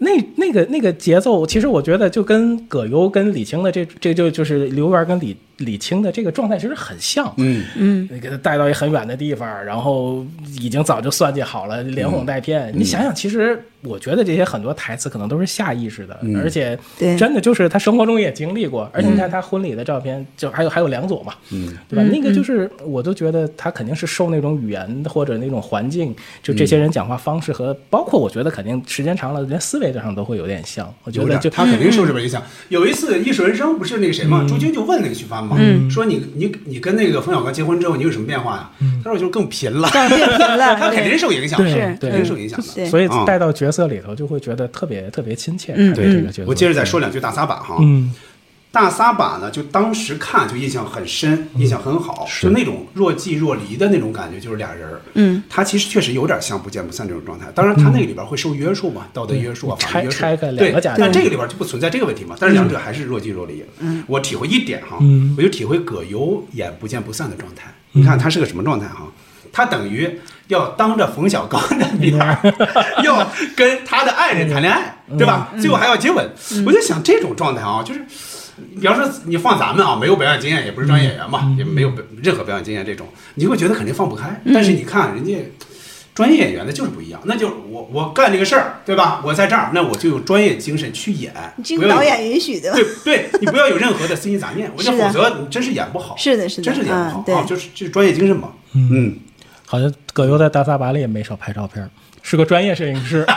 那那个那个节奏，其实我觉得就跟葛优跟李青的这这就就是刘源跟李李青的这个状态其实很像，嗯，嗯，给他带到一很远的地方，然后已经早就算计好了，连哄带骗。你想想，其实我觉得这些很多台词可能都是下意识的，而且对真的就是他生活中也经历过。而且你看他婚礼的照片，就还有还有梁左嘛，嗯，对吧？那个就是我都觉得他肯定是受那种语言或者那种环境，就这些人讲话方式和包括我觉得肯定时间长了，连思维上都会有点像。我觉有得点就嗯他肯定受这边影响。有一次《艺术人生》不是那个谁嘛，朱军就问那个徐帆嘛，嗯说你你你跟那个冯小刚结婚之后，你有什么变化呀？嗯他说我就更贫了，但是变贫了，他肯定对受影响，对的，对肯定受影响的。对所以嗯带到角色里头就会觉得特别特别亲切。嗯看着这个角色我接着再说两句大撒把哈，嗯大撒把呢，就当时看就印象很深，嗯印象很好，就那种若即若离的那种感觉，就是俩人儿。嗯，他其实确实有点像不见不散这种状态。当然，他那个里边会受约束嘛，道德约束啊，嗯法律约束。拆拆开两对个家，庭但这个里边就不存在这个问题嘛。但是两者还是若即若离。嗯，我体会一点哈，嗯我就体会葛优演不见不散的状态。你看他是个什么状态哈？他等于要当着冯小刚的面儿，嗯 要跟他的爱人谈恋爱，对吧？最后还要结吻。嗯我就想这种状态啊，就是，比方说你放咱们啊，没有表演经验，也不是专业嗯演员嘛，也没有任何表演经验，这种你会觉得肯定放不开。嗯但是你看人家。专业演员的就是不一样，那就是我我干这个事儿，对吧？我在这儿，那我就用专业精神去演，经不要有导演允许的吧对？对，你不要有任何的私心杂念，我觉得是的啊否则你真是演不好，是的，是的，真是演不好嗯，对啊，，就是就是专业精神嘛，嗯好像葛优在大撒把里也没少拍照片儿，是个专业摄影师。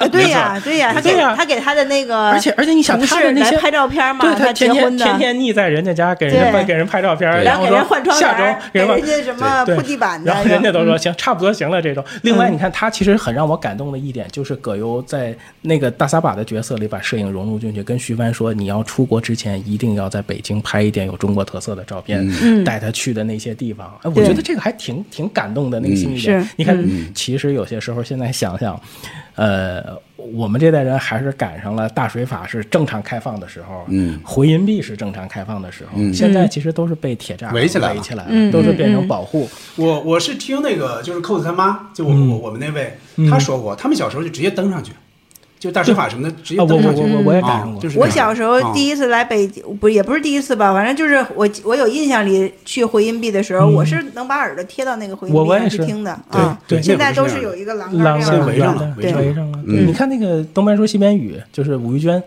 啊对呀，对呀，他对给呀他给他的那个，而且而且你想同事他的那些来拍照片嘛，对他结天天婚的，天天腻在人家家给人对拍给人拍照片儿，然后后给人换说窗下帘周，给给人换人家什么对啊铺地板的然，后是吧嗯人家都说行，差不多行了这种。另外，你看他其实很让我感动的一点，就是葛优在那个大撒把的角色里把摄影融入进去，跟徐帆说，你要出国之前一定要在北京拍一点有中国特色的照片，嗯嗯带他去的那些地方。哎，嗯我觉得这个还挺挺感动的内心一点是。嗯你看，其实有些时候现在想想，啊、呃，我们这代人还是赶上了大水法是正常开放的时候，嗯，回音壁是正常开放的时候，嗯现在其实都是被铁栅围起来了围起来嗯都是嗯变嗯成保护。我我是听那个就是扣子他妈，就我嗯我我们那位，他说过，他们小时候就直接登上去，就大水法什么的直接啊我登上去。我我我也赶啊上过就是我小时嗯候第一一次来北京，不也不是第一次吧，反正就是我我有印象里去回音壁的时候，嗯我是能把耳朵贴到那个回音我壁我上也去是听的对啊。对现在那会儿都是是有一个栏栏杆这样杆的围上了，对围上了。嗯你看那个东白说西边雨，就是吴玉娟，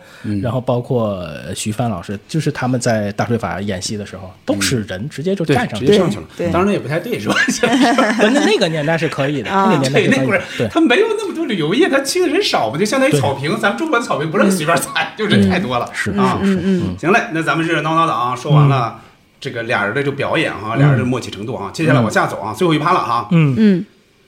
然后包括呃徐帆老师，就是他们在大水法演戏的时候，都是人直接就嗯对站上直去接上了。去了，当然也不太对，是吧？ 不那那个年代是可以 的，啊那个年代对，是那可以会儿。的对，他没有那么多旅游业，他去的人少嘛，就相当于对嗯草坪，咱们中国的草坪不让随便踩，就人太多了。是啊，是是嗯嗯，行嘞，那咱们热热闹闹的啊，说完了这个俩人的这个表演啊，俩人的默契程度啊，接下来往下走啊，最后一趴了哈，嗯嗯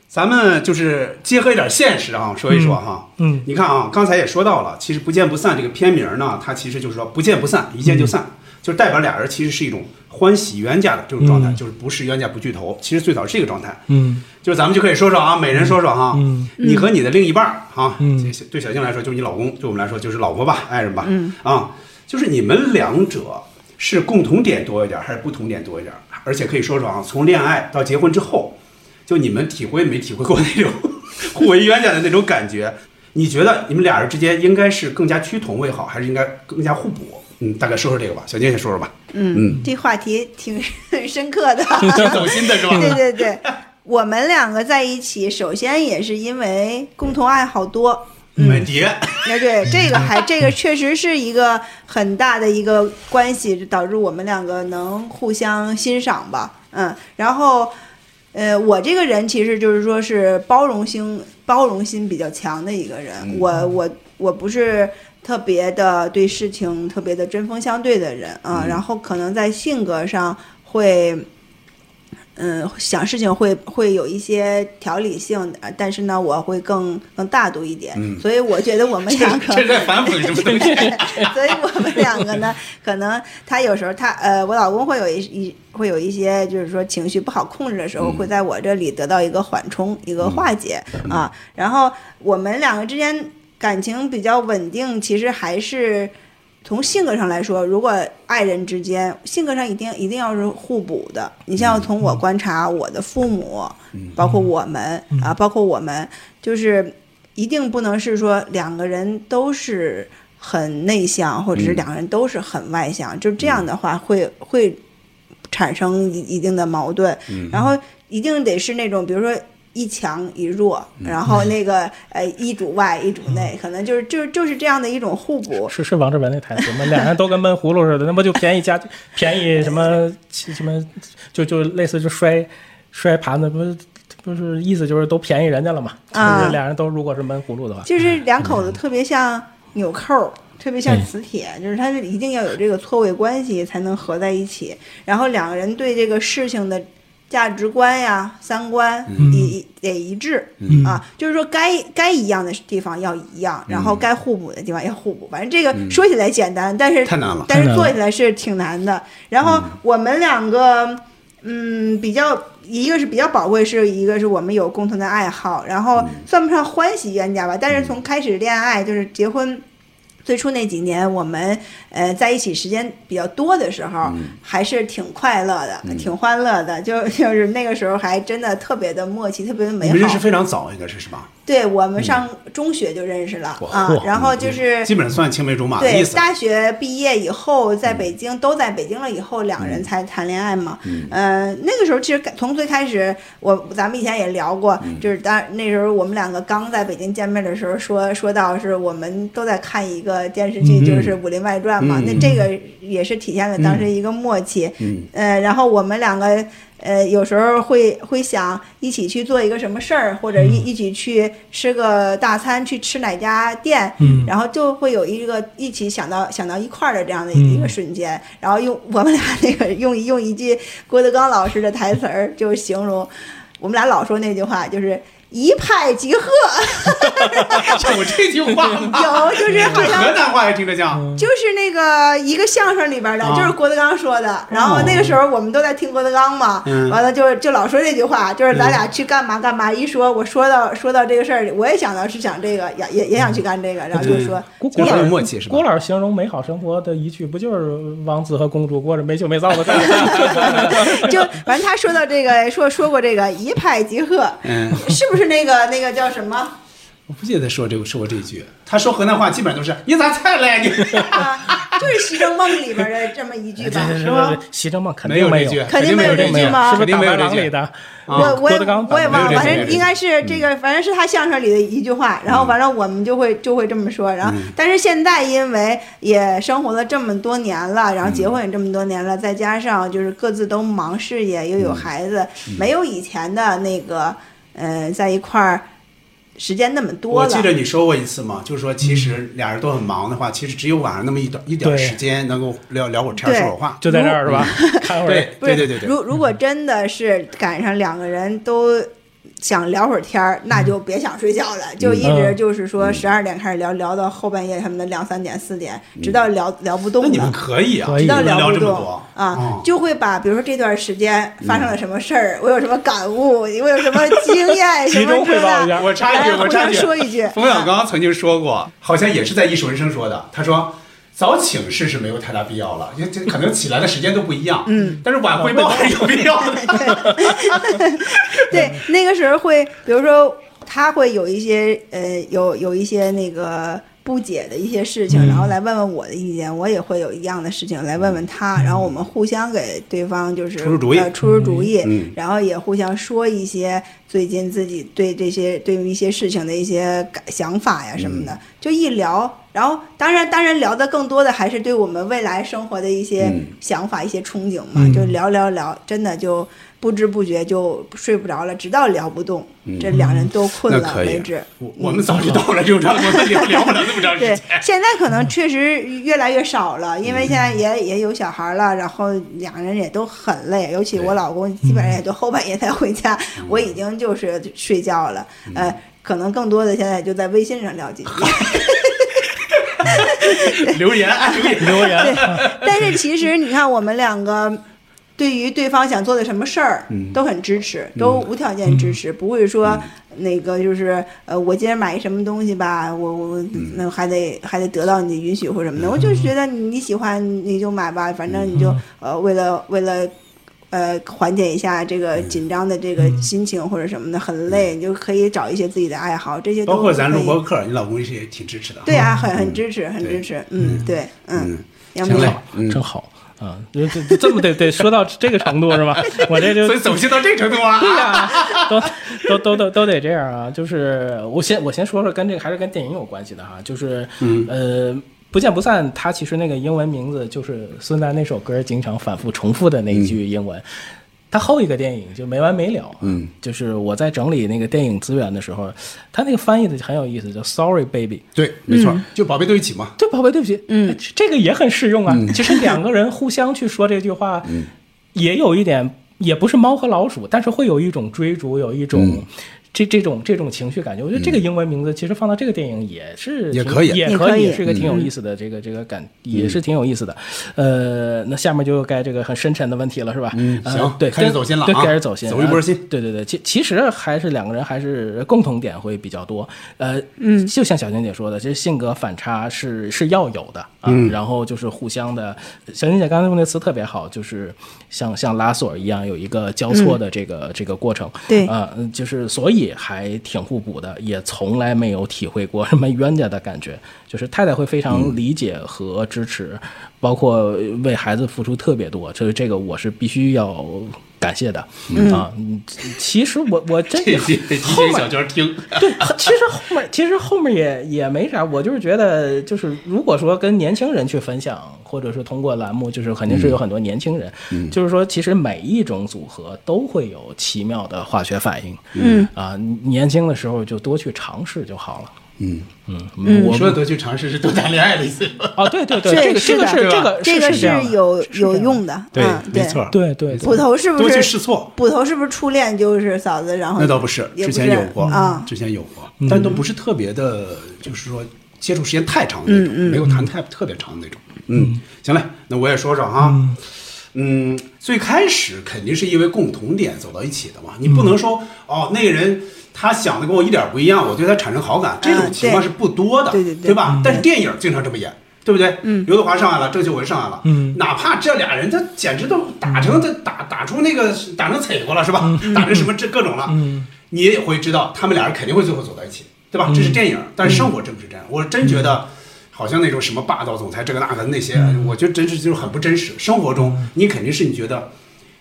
咱们就是结合一点现实啊，说一说哈。嗯你看啊，刚才也说到了，其实“不见不散”这个片名呢，它其实就是说不见不散，一见就散，嗯就是代表俩人其实是一种欢喜冤家的这种状态，嗯就是不是冤家不聚头。其实最早是这个状态，嗯就是咱们就可以说说啊，每人说说哈，嗯你和你的另一半儿哈，嗯这对小静来说就是你老公，对我们来说就是老婆吧，爱人吧，嗯啊，就是你们两者是共同点多一点儿还是不同点多一点儿？而且可以说说啊，从恋爱到结婚之后，就你们体会没体会过那种 互为冤家的那种感觉？你觉得你们俩人之间应该是更加趋同为好，还是应该更加互补？嗯，大概说说这个吧，小静先说说吧。嗯，这话题挺深刻 的，挺走心的是吧对对对，我们两个在一起，首先也是因为共同爱好多。买碟， 那哎对这个还这个确实是一个很大的一个关系，导致我们两个能互相欣赏吧。嗯，然后，呃，我这个人其实就是说是包容性包容心比较强的一个人，嗯我我我不是特别的对事情特别的针锋相对的人啊，嗯然后可能在性格上会。嗯，想事情会会有一些条理性，呃但是呢，我会更更大度一点。嗯所以我觉得我们两个， 这是在反讽什么东西？ 所以我们两个呢，可能他有时候他呃，我老公会有一一会有一些就是说情绪不好控制的时候，会在我这里得到一个缓冲、一个化解啊。然后我们两个之间感情比较稳定，其实还是。从性格上来说，如果爱人之间性格上一定一定要是互补的。你像从我观察，我的父母，包括我们啊，包括我们，就是一定不能是说两个人都是很内向，或者是两个人都是很外向，就这样的话会会产生一一定的矛盾。然后一定得是那种，比如说。一强一弱，然后那个呃一主外一主内，可能就是就是就是这样的一种互补。是是王志文那台词吗？两人都跟闷葫芦似的，那不就便宜家便宜什么什么，就就类似就摔摔盘子，不是不是意思就是都便宜人家了嘛？啊就是俩人都如果是闷葫芦的话，就是两口子特别像纽扣，特别像磁铁，就是它是一定要有这个错位关系才能合在一起。然后两个人对这个事情的价值观呀、三观一得一致嗯啊，就是说该该一样的地方要一样，然嗯后该互补的地方要互补。反正这个说起来简单，但是太难了嗯但太是难了做起来是挺难的。然后我们两个。嗯，比较一个是比较宝贵，是一个是我们有共同的爱好，然嗯后算不上欢喜冤家吧，但是从开始恋爱就是结婚。最初那几年，我们呃在一起时间比较多的时嗯候，还是挺快乐的，挺欢乐的。就就是那个时候，还真的特别的默契，特别的美你们认识好。非常早，应该是是吧？对我们上中学就认识了、嗯哇啊嚯，然后就是基本算青梅嗯竹马的对意，思。大学毕业以后，在北京、都在北京了以后，两嗯人才谈恋爱嘛。嗯、呃，那个时候其实从最开始，我咱们以前也聊过，嗯就是当那时候我们两个刚在北京见面的时候说，说到是我们都在看一个电视剧，嗯就是《武林外传》嘛。嗯那这个也是体现了当时一个默契。嗯、 呃，然后我们两个。呃，有时候会会想一起去做一个什么事儿，或者一一起去吃个大餐，去吃哪家店，嗯然后就会有一个一起想到想到一块儿的这样的一个瞬间，然后用我们俩那个用用一句郭德纲老师的台词儿就形容，我们俩老说那句话就是。一拍即合，有这句 话吗？有就是好像河南话也听着啊像，就是那个一个相声里边的，啊哦就是郭德纲说的。然后那个时候我们都在听郭德纲嘛，嗯完了就就老说这句话，就是咱俩去干嘛干嘛。一说我说到说到这个事儿，我也想到是想这个，也也也想嗯去干这个，然后就啊说 郭就郭老很有师默契是吧郭？老师形容美好生活的一句，不就是王子和公主过着没羞没臊的生 活？就反正他说到这个说说过这个一拍即合，嗯，是不是那个那个叫什么？ 我不记得说这个说过这句，他说河南话基本上都是你咋才来 你？啊，就是《西征梦》里边的这么一 句吧，是吗？西征梦肯没定有没这句肯定没有有这这句吗是肯不是定大没有白这狼句啊里的？啊我我郭德纲我也忘了，没有这反句正应该是这个，反正是他相声里的一句话。然后完了，我们就会就会这么说。然后，但是现在因为也生活了这么多年了，然后结婚也这么多年了，再加上就是各自都忙事业，又有孩子，没有以前的那个呃，在一块儿时间那么多我了。记得你说过一次嘛，就是说其实俩人都很忙的话，其实只有晚上那么一点一点嗯对时间能够聊聊会儿天儿对说会儿话。就在这儿是吧？ 看嗯会儿对不是对对对对，如如果真的是赶上两个人都想聊会儿天嗯儿，那就别想睡觉了，就一直就是说十二点开始聊，聊到后半夜他们的两三点、四点，直到聊聊不嗯那动你们了。可以啊，可直以你到们聊聊这不么动多啊嗯，就会把比如说这段时间发生了什么事儿，我有什么感悟，我有什么经验，什 集么中汇这报一那，下。我插一句，来我插一互相句，哎说一句 冯小刚曾经说过，好像也是在《艺术人生》说的，他说。早请示是没有太大必要了，因为这可能起来的时间都不一样。嗯，但是晚汇报还是有必要的。 对，那个时候会，比如说他会有一些呃，有有一些那个不解的一些事嗯情，然后来问问我的意见，我也会有一样的事情来问问他，然后我们互相给对方就是嗯出出主意呃出出主意，嗯然后也互相说一些最近自己对这些对于一些事情的一些感想法呀什么的，嗯就一聊。然后，当然，当然聊的更多的还是对我们未来生活的一些嗯想法、一些憧憬嘛，就聊聊聊，真的就不知不觉就睡不着了，直到聊不动，这两人都困了为止。我我们早就到了这种状况，我们聊聊不了那么长时对间。，现在可能确实越来越少了，因为现在也也有小孩了，然后两人也都很累，尤其我老公基本上也就后半夜才回家，我已经就是睡觉了，呃，可能更多的现在就在微信上聊几句。留言，啊留言，留言 但是其实你看，我们两个对于对方想做的什么事儿，嗯都很支持，都无条件支持，不会说那个就是呃，我今天买一什么东西吧，我我嗯那还得还得得到你的允许或什么的。我就是觉得你喜欢你就买吧，反正你就嗯呃为了为了。呃，缓解一下这个紧张的这个嗯心情或者什么的，很累，你就可以找一些自己的爱好，这些都包括咱可录以播客，你老公也挺支持的。对，啊，很很支持，很对支持，嗯，对，嗯，杨真明，好，真好啊！这这这么得得说到这个程度 是吧？我这就所以走心到这程度啊，对呀、 都都都都都得这样啊！就是我先我先说说跟这个还是跟电影有关系的哈，就是、呃。不见不散，它其实那个英文名字就是孙楠那首歌经常反复重复的那一句英文。它后一个电影就没完没了，嗯，就是我在整理那个电影资源的时候，它那个翻译的很有意思，叫 “Sorry Baby”， 对，没错，就宝贝都一起 嘛。对，宝贝，对不起，嗯，这个也很适用嗯啊。其实两个人互相去说这句话，也有一点，也不是猫和老鼠，但是会有一种追逐，有一嗯种。这这种这种情绪感觉，我觉得这个英文名字其实放到这个电影也是也挺可以嗯也也可可以以是一个挺有意思的这个这个感，也是挺有意思的。呃，那下面就该这个很深沉的问题了，是吧？嗯行对，开始跟走心了对，啊开始走心，走一波啊心对对对，其其实还是两个人还是共同点会比较多。呃，嗯，就像小晴姐说的，其实性格反差是是要有的啊。然后就是互相的，小晴姐刚才用那词特别好，就是像像拉索尔一样有一个交错的这个、这个过程。对啊、嗯就是所以还挺互补的，也从来没有体会过什么冤家的感觉。就是太太会非常理解和支持，包括为孩子付出特别多，就是这个我是必须要感谢的、啊。嗯其实我我真这些这后些面小娟听，对， 其实后面其实后面也也没啥，我就是觉得，就是如果说跟年轻人去分享，或者是通过栏目，就是肯定是有很多年轻人，就是说，其实每一种组合都会有奇妙的化学反应，嗯啊，年轻的时候就多去尝试就好了。嗯嗯我说的多去尝试是多谈恋爱的意思。哦，对呃对对，这个这是个的是这个这是个这样的有有用的，对嗯，对没错对对对捕头是不多去是试错捕头是不是初恋就是嫂子？然后那倒不是，也之不前有过啊，之前有过，但都不是特别的，就是说接触时间太长的那种，嗯没有谈太特别长的那种。嗯，行嘞，那我也说说哈。嗯，最开始肯定是因为共同点走到一起的嘛，你不能说、哦，那个人他想的跟我一点不一样，我对他产生好感，这种嗯情况对是不多的，对对对嗯吧？但是电影经常这么演，对不对？嗯，刘德华上来了，郑秀文上来了，嗯哪怕这俩人他简直都打成这打打出那个打成腿过了是吧？打成什么这各种了，嗯你也会知道他们俩人肯定会最后走到一起，对吧？这是电影，但是生嗯活真不是这样。我真觉得，好像那种什么霸道总裁这个那个那些，嗯我觉得真是就是很不真实。生活中，你肯定是你觉得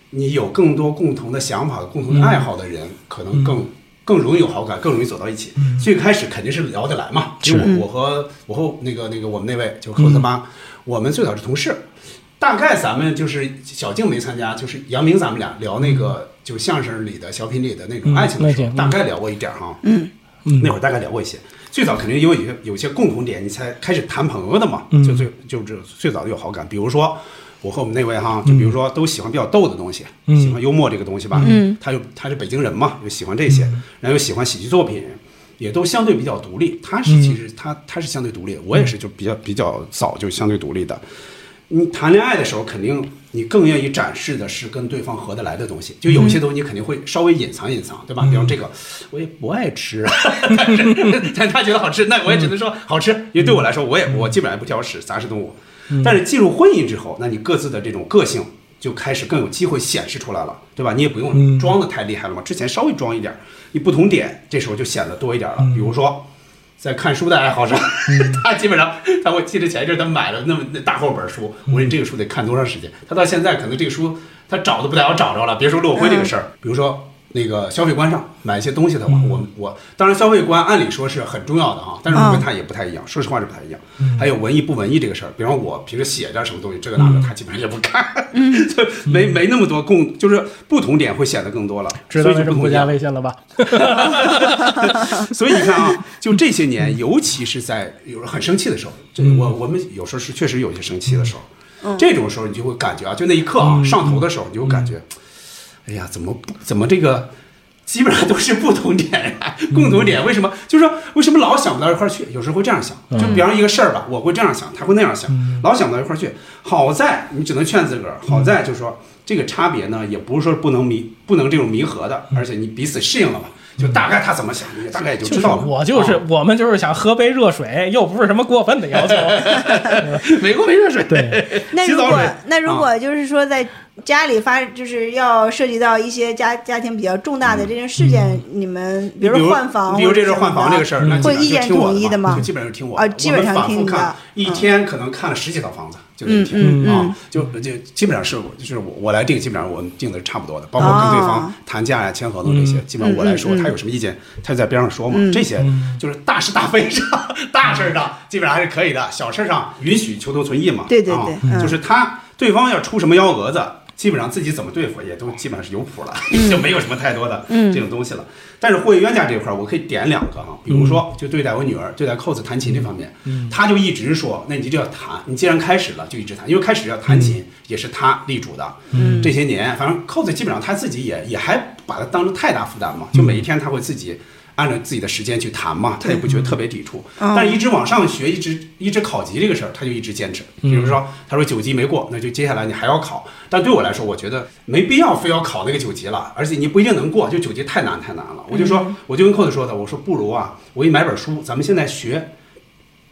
你有更多共同的想法、共同的爱好的人，可能嗯更更容易有好感，更容易走到一起。最开始肯定是聊得来嗯嘛，因为我我和我和那个那个我们那位就是和他嗯妈，我们最早是同事。大概咱们就是小静没参加，就是杨明咱们俩聊那个就相声里的小品里的那种爱情的时候，嗯嗯那些嗯大概聊过一点儿哈。嗯那会儿大概聊过一些。最早肯定因为有些有些共同点，你才开始谈朋友的嘛，嗯就最就是最早有好感。比如说我和我们那位哈，就比如说都喜欢比较逗的东西，嗯喜欢幽默这个东西吧。嗯，他又他是北京人嘛，又喜欢这些，嗯然后又喜欢喜剧作品，也都相对比较独立。他嗯是其实他他是相对独立，我也是就比较比较早就相对独立的。你谈恋爱的时候，肯定你更愿意展示的是跟对方合得来的东西。就有些东西你肯定会稍微隐藏隐藏，对吧？比方这个，我也不爱吃，但是 但他觉得好吃，那我也只能说好吃，因为对我来说，我也我基本上不挑食，杂食动物。但是进入婚姻之后，那你各自的这种个性就开始更有机会显示出来了，对吧？你也不用装的太厉害了嘛，之前稍微装一点儿，你不同点这时候就显得多一点了。比如说，在看书的爱好上，嗯 他基本上他我记得前一阵他买了那么那大厚本书，我说这个书得看多长时间？他到现在可能这个书他找都不带我找着了，别说落灰这个嗯事儿，比如说。那个消费观上买一些东西的话，嗯我我当然消费观按理说是很重要的啊，但嗯是我跟他也不太一样，说实话是不太一样。还有文艺不文艺这个事儿，比方我平时写点什么东西，这个那嗯个他基本上也不看， 就没没那么多共，就是不同点会显得更多了。知所道为以就什么不不同加点微信了吧？所以你看啊，就这些年，尤其是在有时候很生气的时候，这我我们有时候是确实有一些生气的时候，这种时候你就会感觉啊，就那一刻啊，上头的时候，你就会感觉，哎呀，怎么不怎么这个。基本上都是不同点啊，嗯共同点为什么？就是说为什么老想不到一块儿去？有时候会这样想，嗯就比方一个事儿吧，我会这样想，他会那样想，老想不到一块儿去。好在你只能劝自个嗯儿，好在就是说这个差别呢，也不是说不能弥不能这种弥合的，嗯而且你彼此适应了嘛，就大概他怎么想，你也大概也就就知是道了。我就是我们就是想喝杯热水，又不是什么过分的要求。美哦国没热水，对，那洗如澡果水那如啊果就是说在家里发，就是要涉及到一些家家庭比较重大的这件事件，你们比嗯如比说如换房，比如这是换房这个儿，事儿，那会基意本上见就听我统一的嘛吗就基本上听我啊的，基本上我们反复听你的嗯看，一天可能看了十几套房子，就那一天啊，就就基本上是我就是我我来定，基本上我们定的是差不多的，包括跟对哦方谈价呀、签合同这些，嗯基本上我来说，他有什么意见，他就在边上说嘛，这些就是大是大非上， 大事儿上基本上还是可以的，小事儿上允许求同存异嘛，对对啊对嗯就是他对方要出什么幺蛾子，基本上自己怎么对付也都基本上是有谱了，嗯 就没有什么太多的这种东西了。但是霍元家这块儿，我可以点两个嗯啊，比如说就对待我女儿、对待扣子弹琴这方面，他就一直说，那你就要弹，你既然开始了就一直弹，因为开始要弹嗯琴也是他立主的。这些年，反正扣子基本上他自己也也还把它当成太大负担嘛，就每一天他会自己。按照自己的时间去弹嘛，他也不觉得特别抵触。但是一直往上学，一直一直考级这个事儿，他就一直坚持。比如说，他说九级没过，那就接下来你还要考。但对我来说，我觉得没必要非要考那个九级了，而且你不一定能过，就九级太难太难了。我就说，我就跟寇子说的，我说不如啊，我给你买本书，咱们现在学。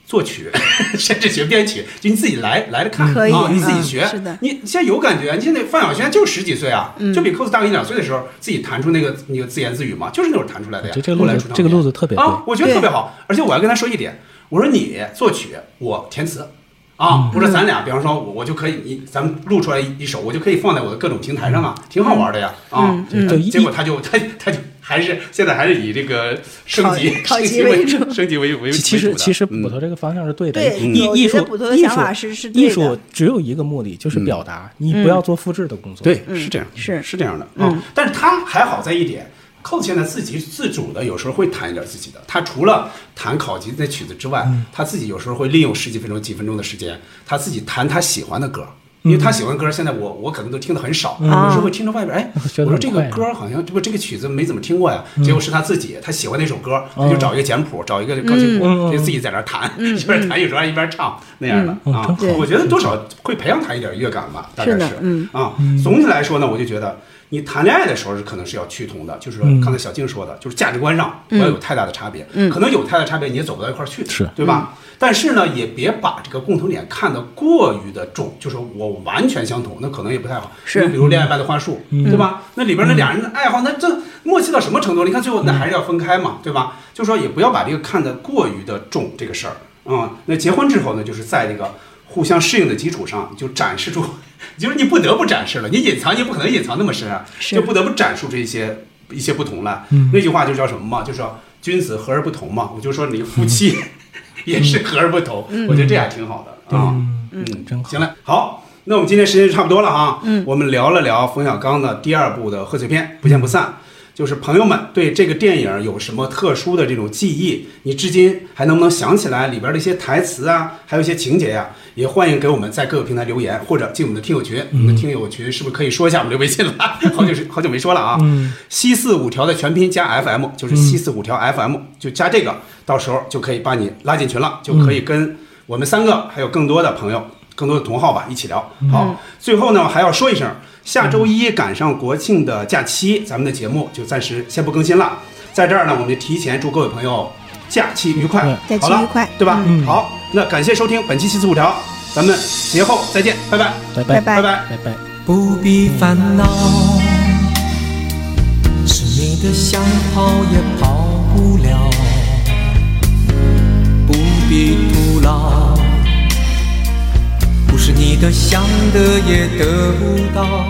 作曲， 甚至学编曲，就你自己来来着看可以啊，你自己嗯学。是的嗯你现在有感觉，你现在范晓萱就十几岁啊，就比扣子大个一两岁的时候，自己弹出那个那个自言自语嘛，就是那会儿弹出来的呀。这这个后路来子出唱这个片路子特别对。啊，我觉得特别好。而且我还跟他说一点，我说你作曲，我填词。嗯啊，我说咱俩，比方说我我就可以，你咱们录出来一首，我就可以放在我的各种平台上啊，挺好玩的呀，嗯啊，嗯对结果他就 他他就还是现在还是以这个升级考考级 升级为主升级为为其其为主实的其实嗯捕头这个方向是对的，对艺我艺觉得术捕头的艺想术法是是对艺的嗯术只有一个目的，就是表达，你不要做复制的工作。嗯对，是这样，是是这样的啊。但是他还好在一点，寇现在自己自主的，有时候会弹一点自己的。他除了弹考级的曲子之外，嗯他自己有时候会利用十几分钟、几分钟的时间，他自己弹他喜欢的歌。因为他喜欢歌，现在我我可能都听的很少，嗯有时候会听着外边，哎，觉我说得很这个快嗯乐歌好像这不这个曲子没怎么听过呀，结果是他自己他喜欢那首歌，他就找一个简谱，找一个钢琴哦嗯谱，嗯就自己在那儿弹，嗯一边弹一边一边唱那样的嗯啊真好。嗯我觉得多少会培养他一点乐感吧，大概是的是，嗯啊。总体来说呢，我就觉得你谈恋爱的时候是可能是要趋同的，就是说嗯刚才小静说的，就是价值观上不嗯要有太大的差别，嗯可能有太大差别你也走不到一块儿去，是对吧？但是呢，也别把这个共同点看得过于的重，就是我完全相同，那可能也不太好。是你比如《恋爱般的幻术》，嗯对吧？那里边那俩人的爱好，那这默契到什么程度？你看最后那还是要分开嘛，对吧？就说也不要把这个看得过于的重这个事儿。嗯，那结婚之后呢，就是在这个互相适应的基础上，你就展示出， 就是你不得不展示了，你隐藏也不可能隐藏那么深啊，是就不得不展示出一些一些不同来。那句话就叫什么嘛？就说君子和而不同嘛。我就说你夫妻 也是和而不同，我觉得这还挺好的啊。嗯，真好行了，好，那我们今天时间就差不多了哈。嗯，我们聊了聊冯小刚的第二部的贺岁片《不见不散》，就是朋友们对这个电影有什么特殊的这种记忆？你至今还能不能想起来里边的一些台词啊，还有一些情节呀、也欢迎给我们在各个平台留言，或者进我们的听友群。我们嗯的听友群是不是可以说一下我们的微信了？ 好久是好久没说了啊。嗯，西四五条的全拼加 FM，就是西四五条 FM，、就加这个，到时候就可以把你拉进群了，就可以嗯跟我们三个还有更多的朋友、更多的同好吧一起聊。好，最后呢还要说一声，下周一赶上国庆的假期，咱们的节目就暂时先不更新了。在这儿呢，我们提前祝各位朋友假期愉快，对好假期了愉快对吧？嗯好，那感谢收听本期西四五条，咱们节后再见，拜拜，拜拜拜拜。拜拜拜拜。不必烦恼，是你的想跑也跑不了，不必徒劳，不是你的想得也得不到。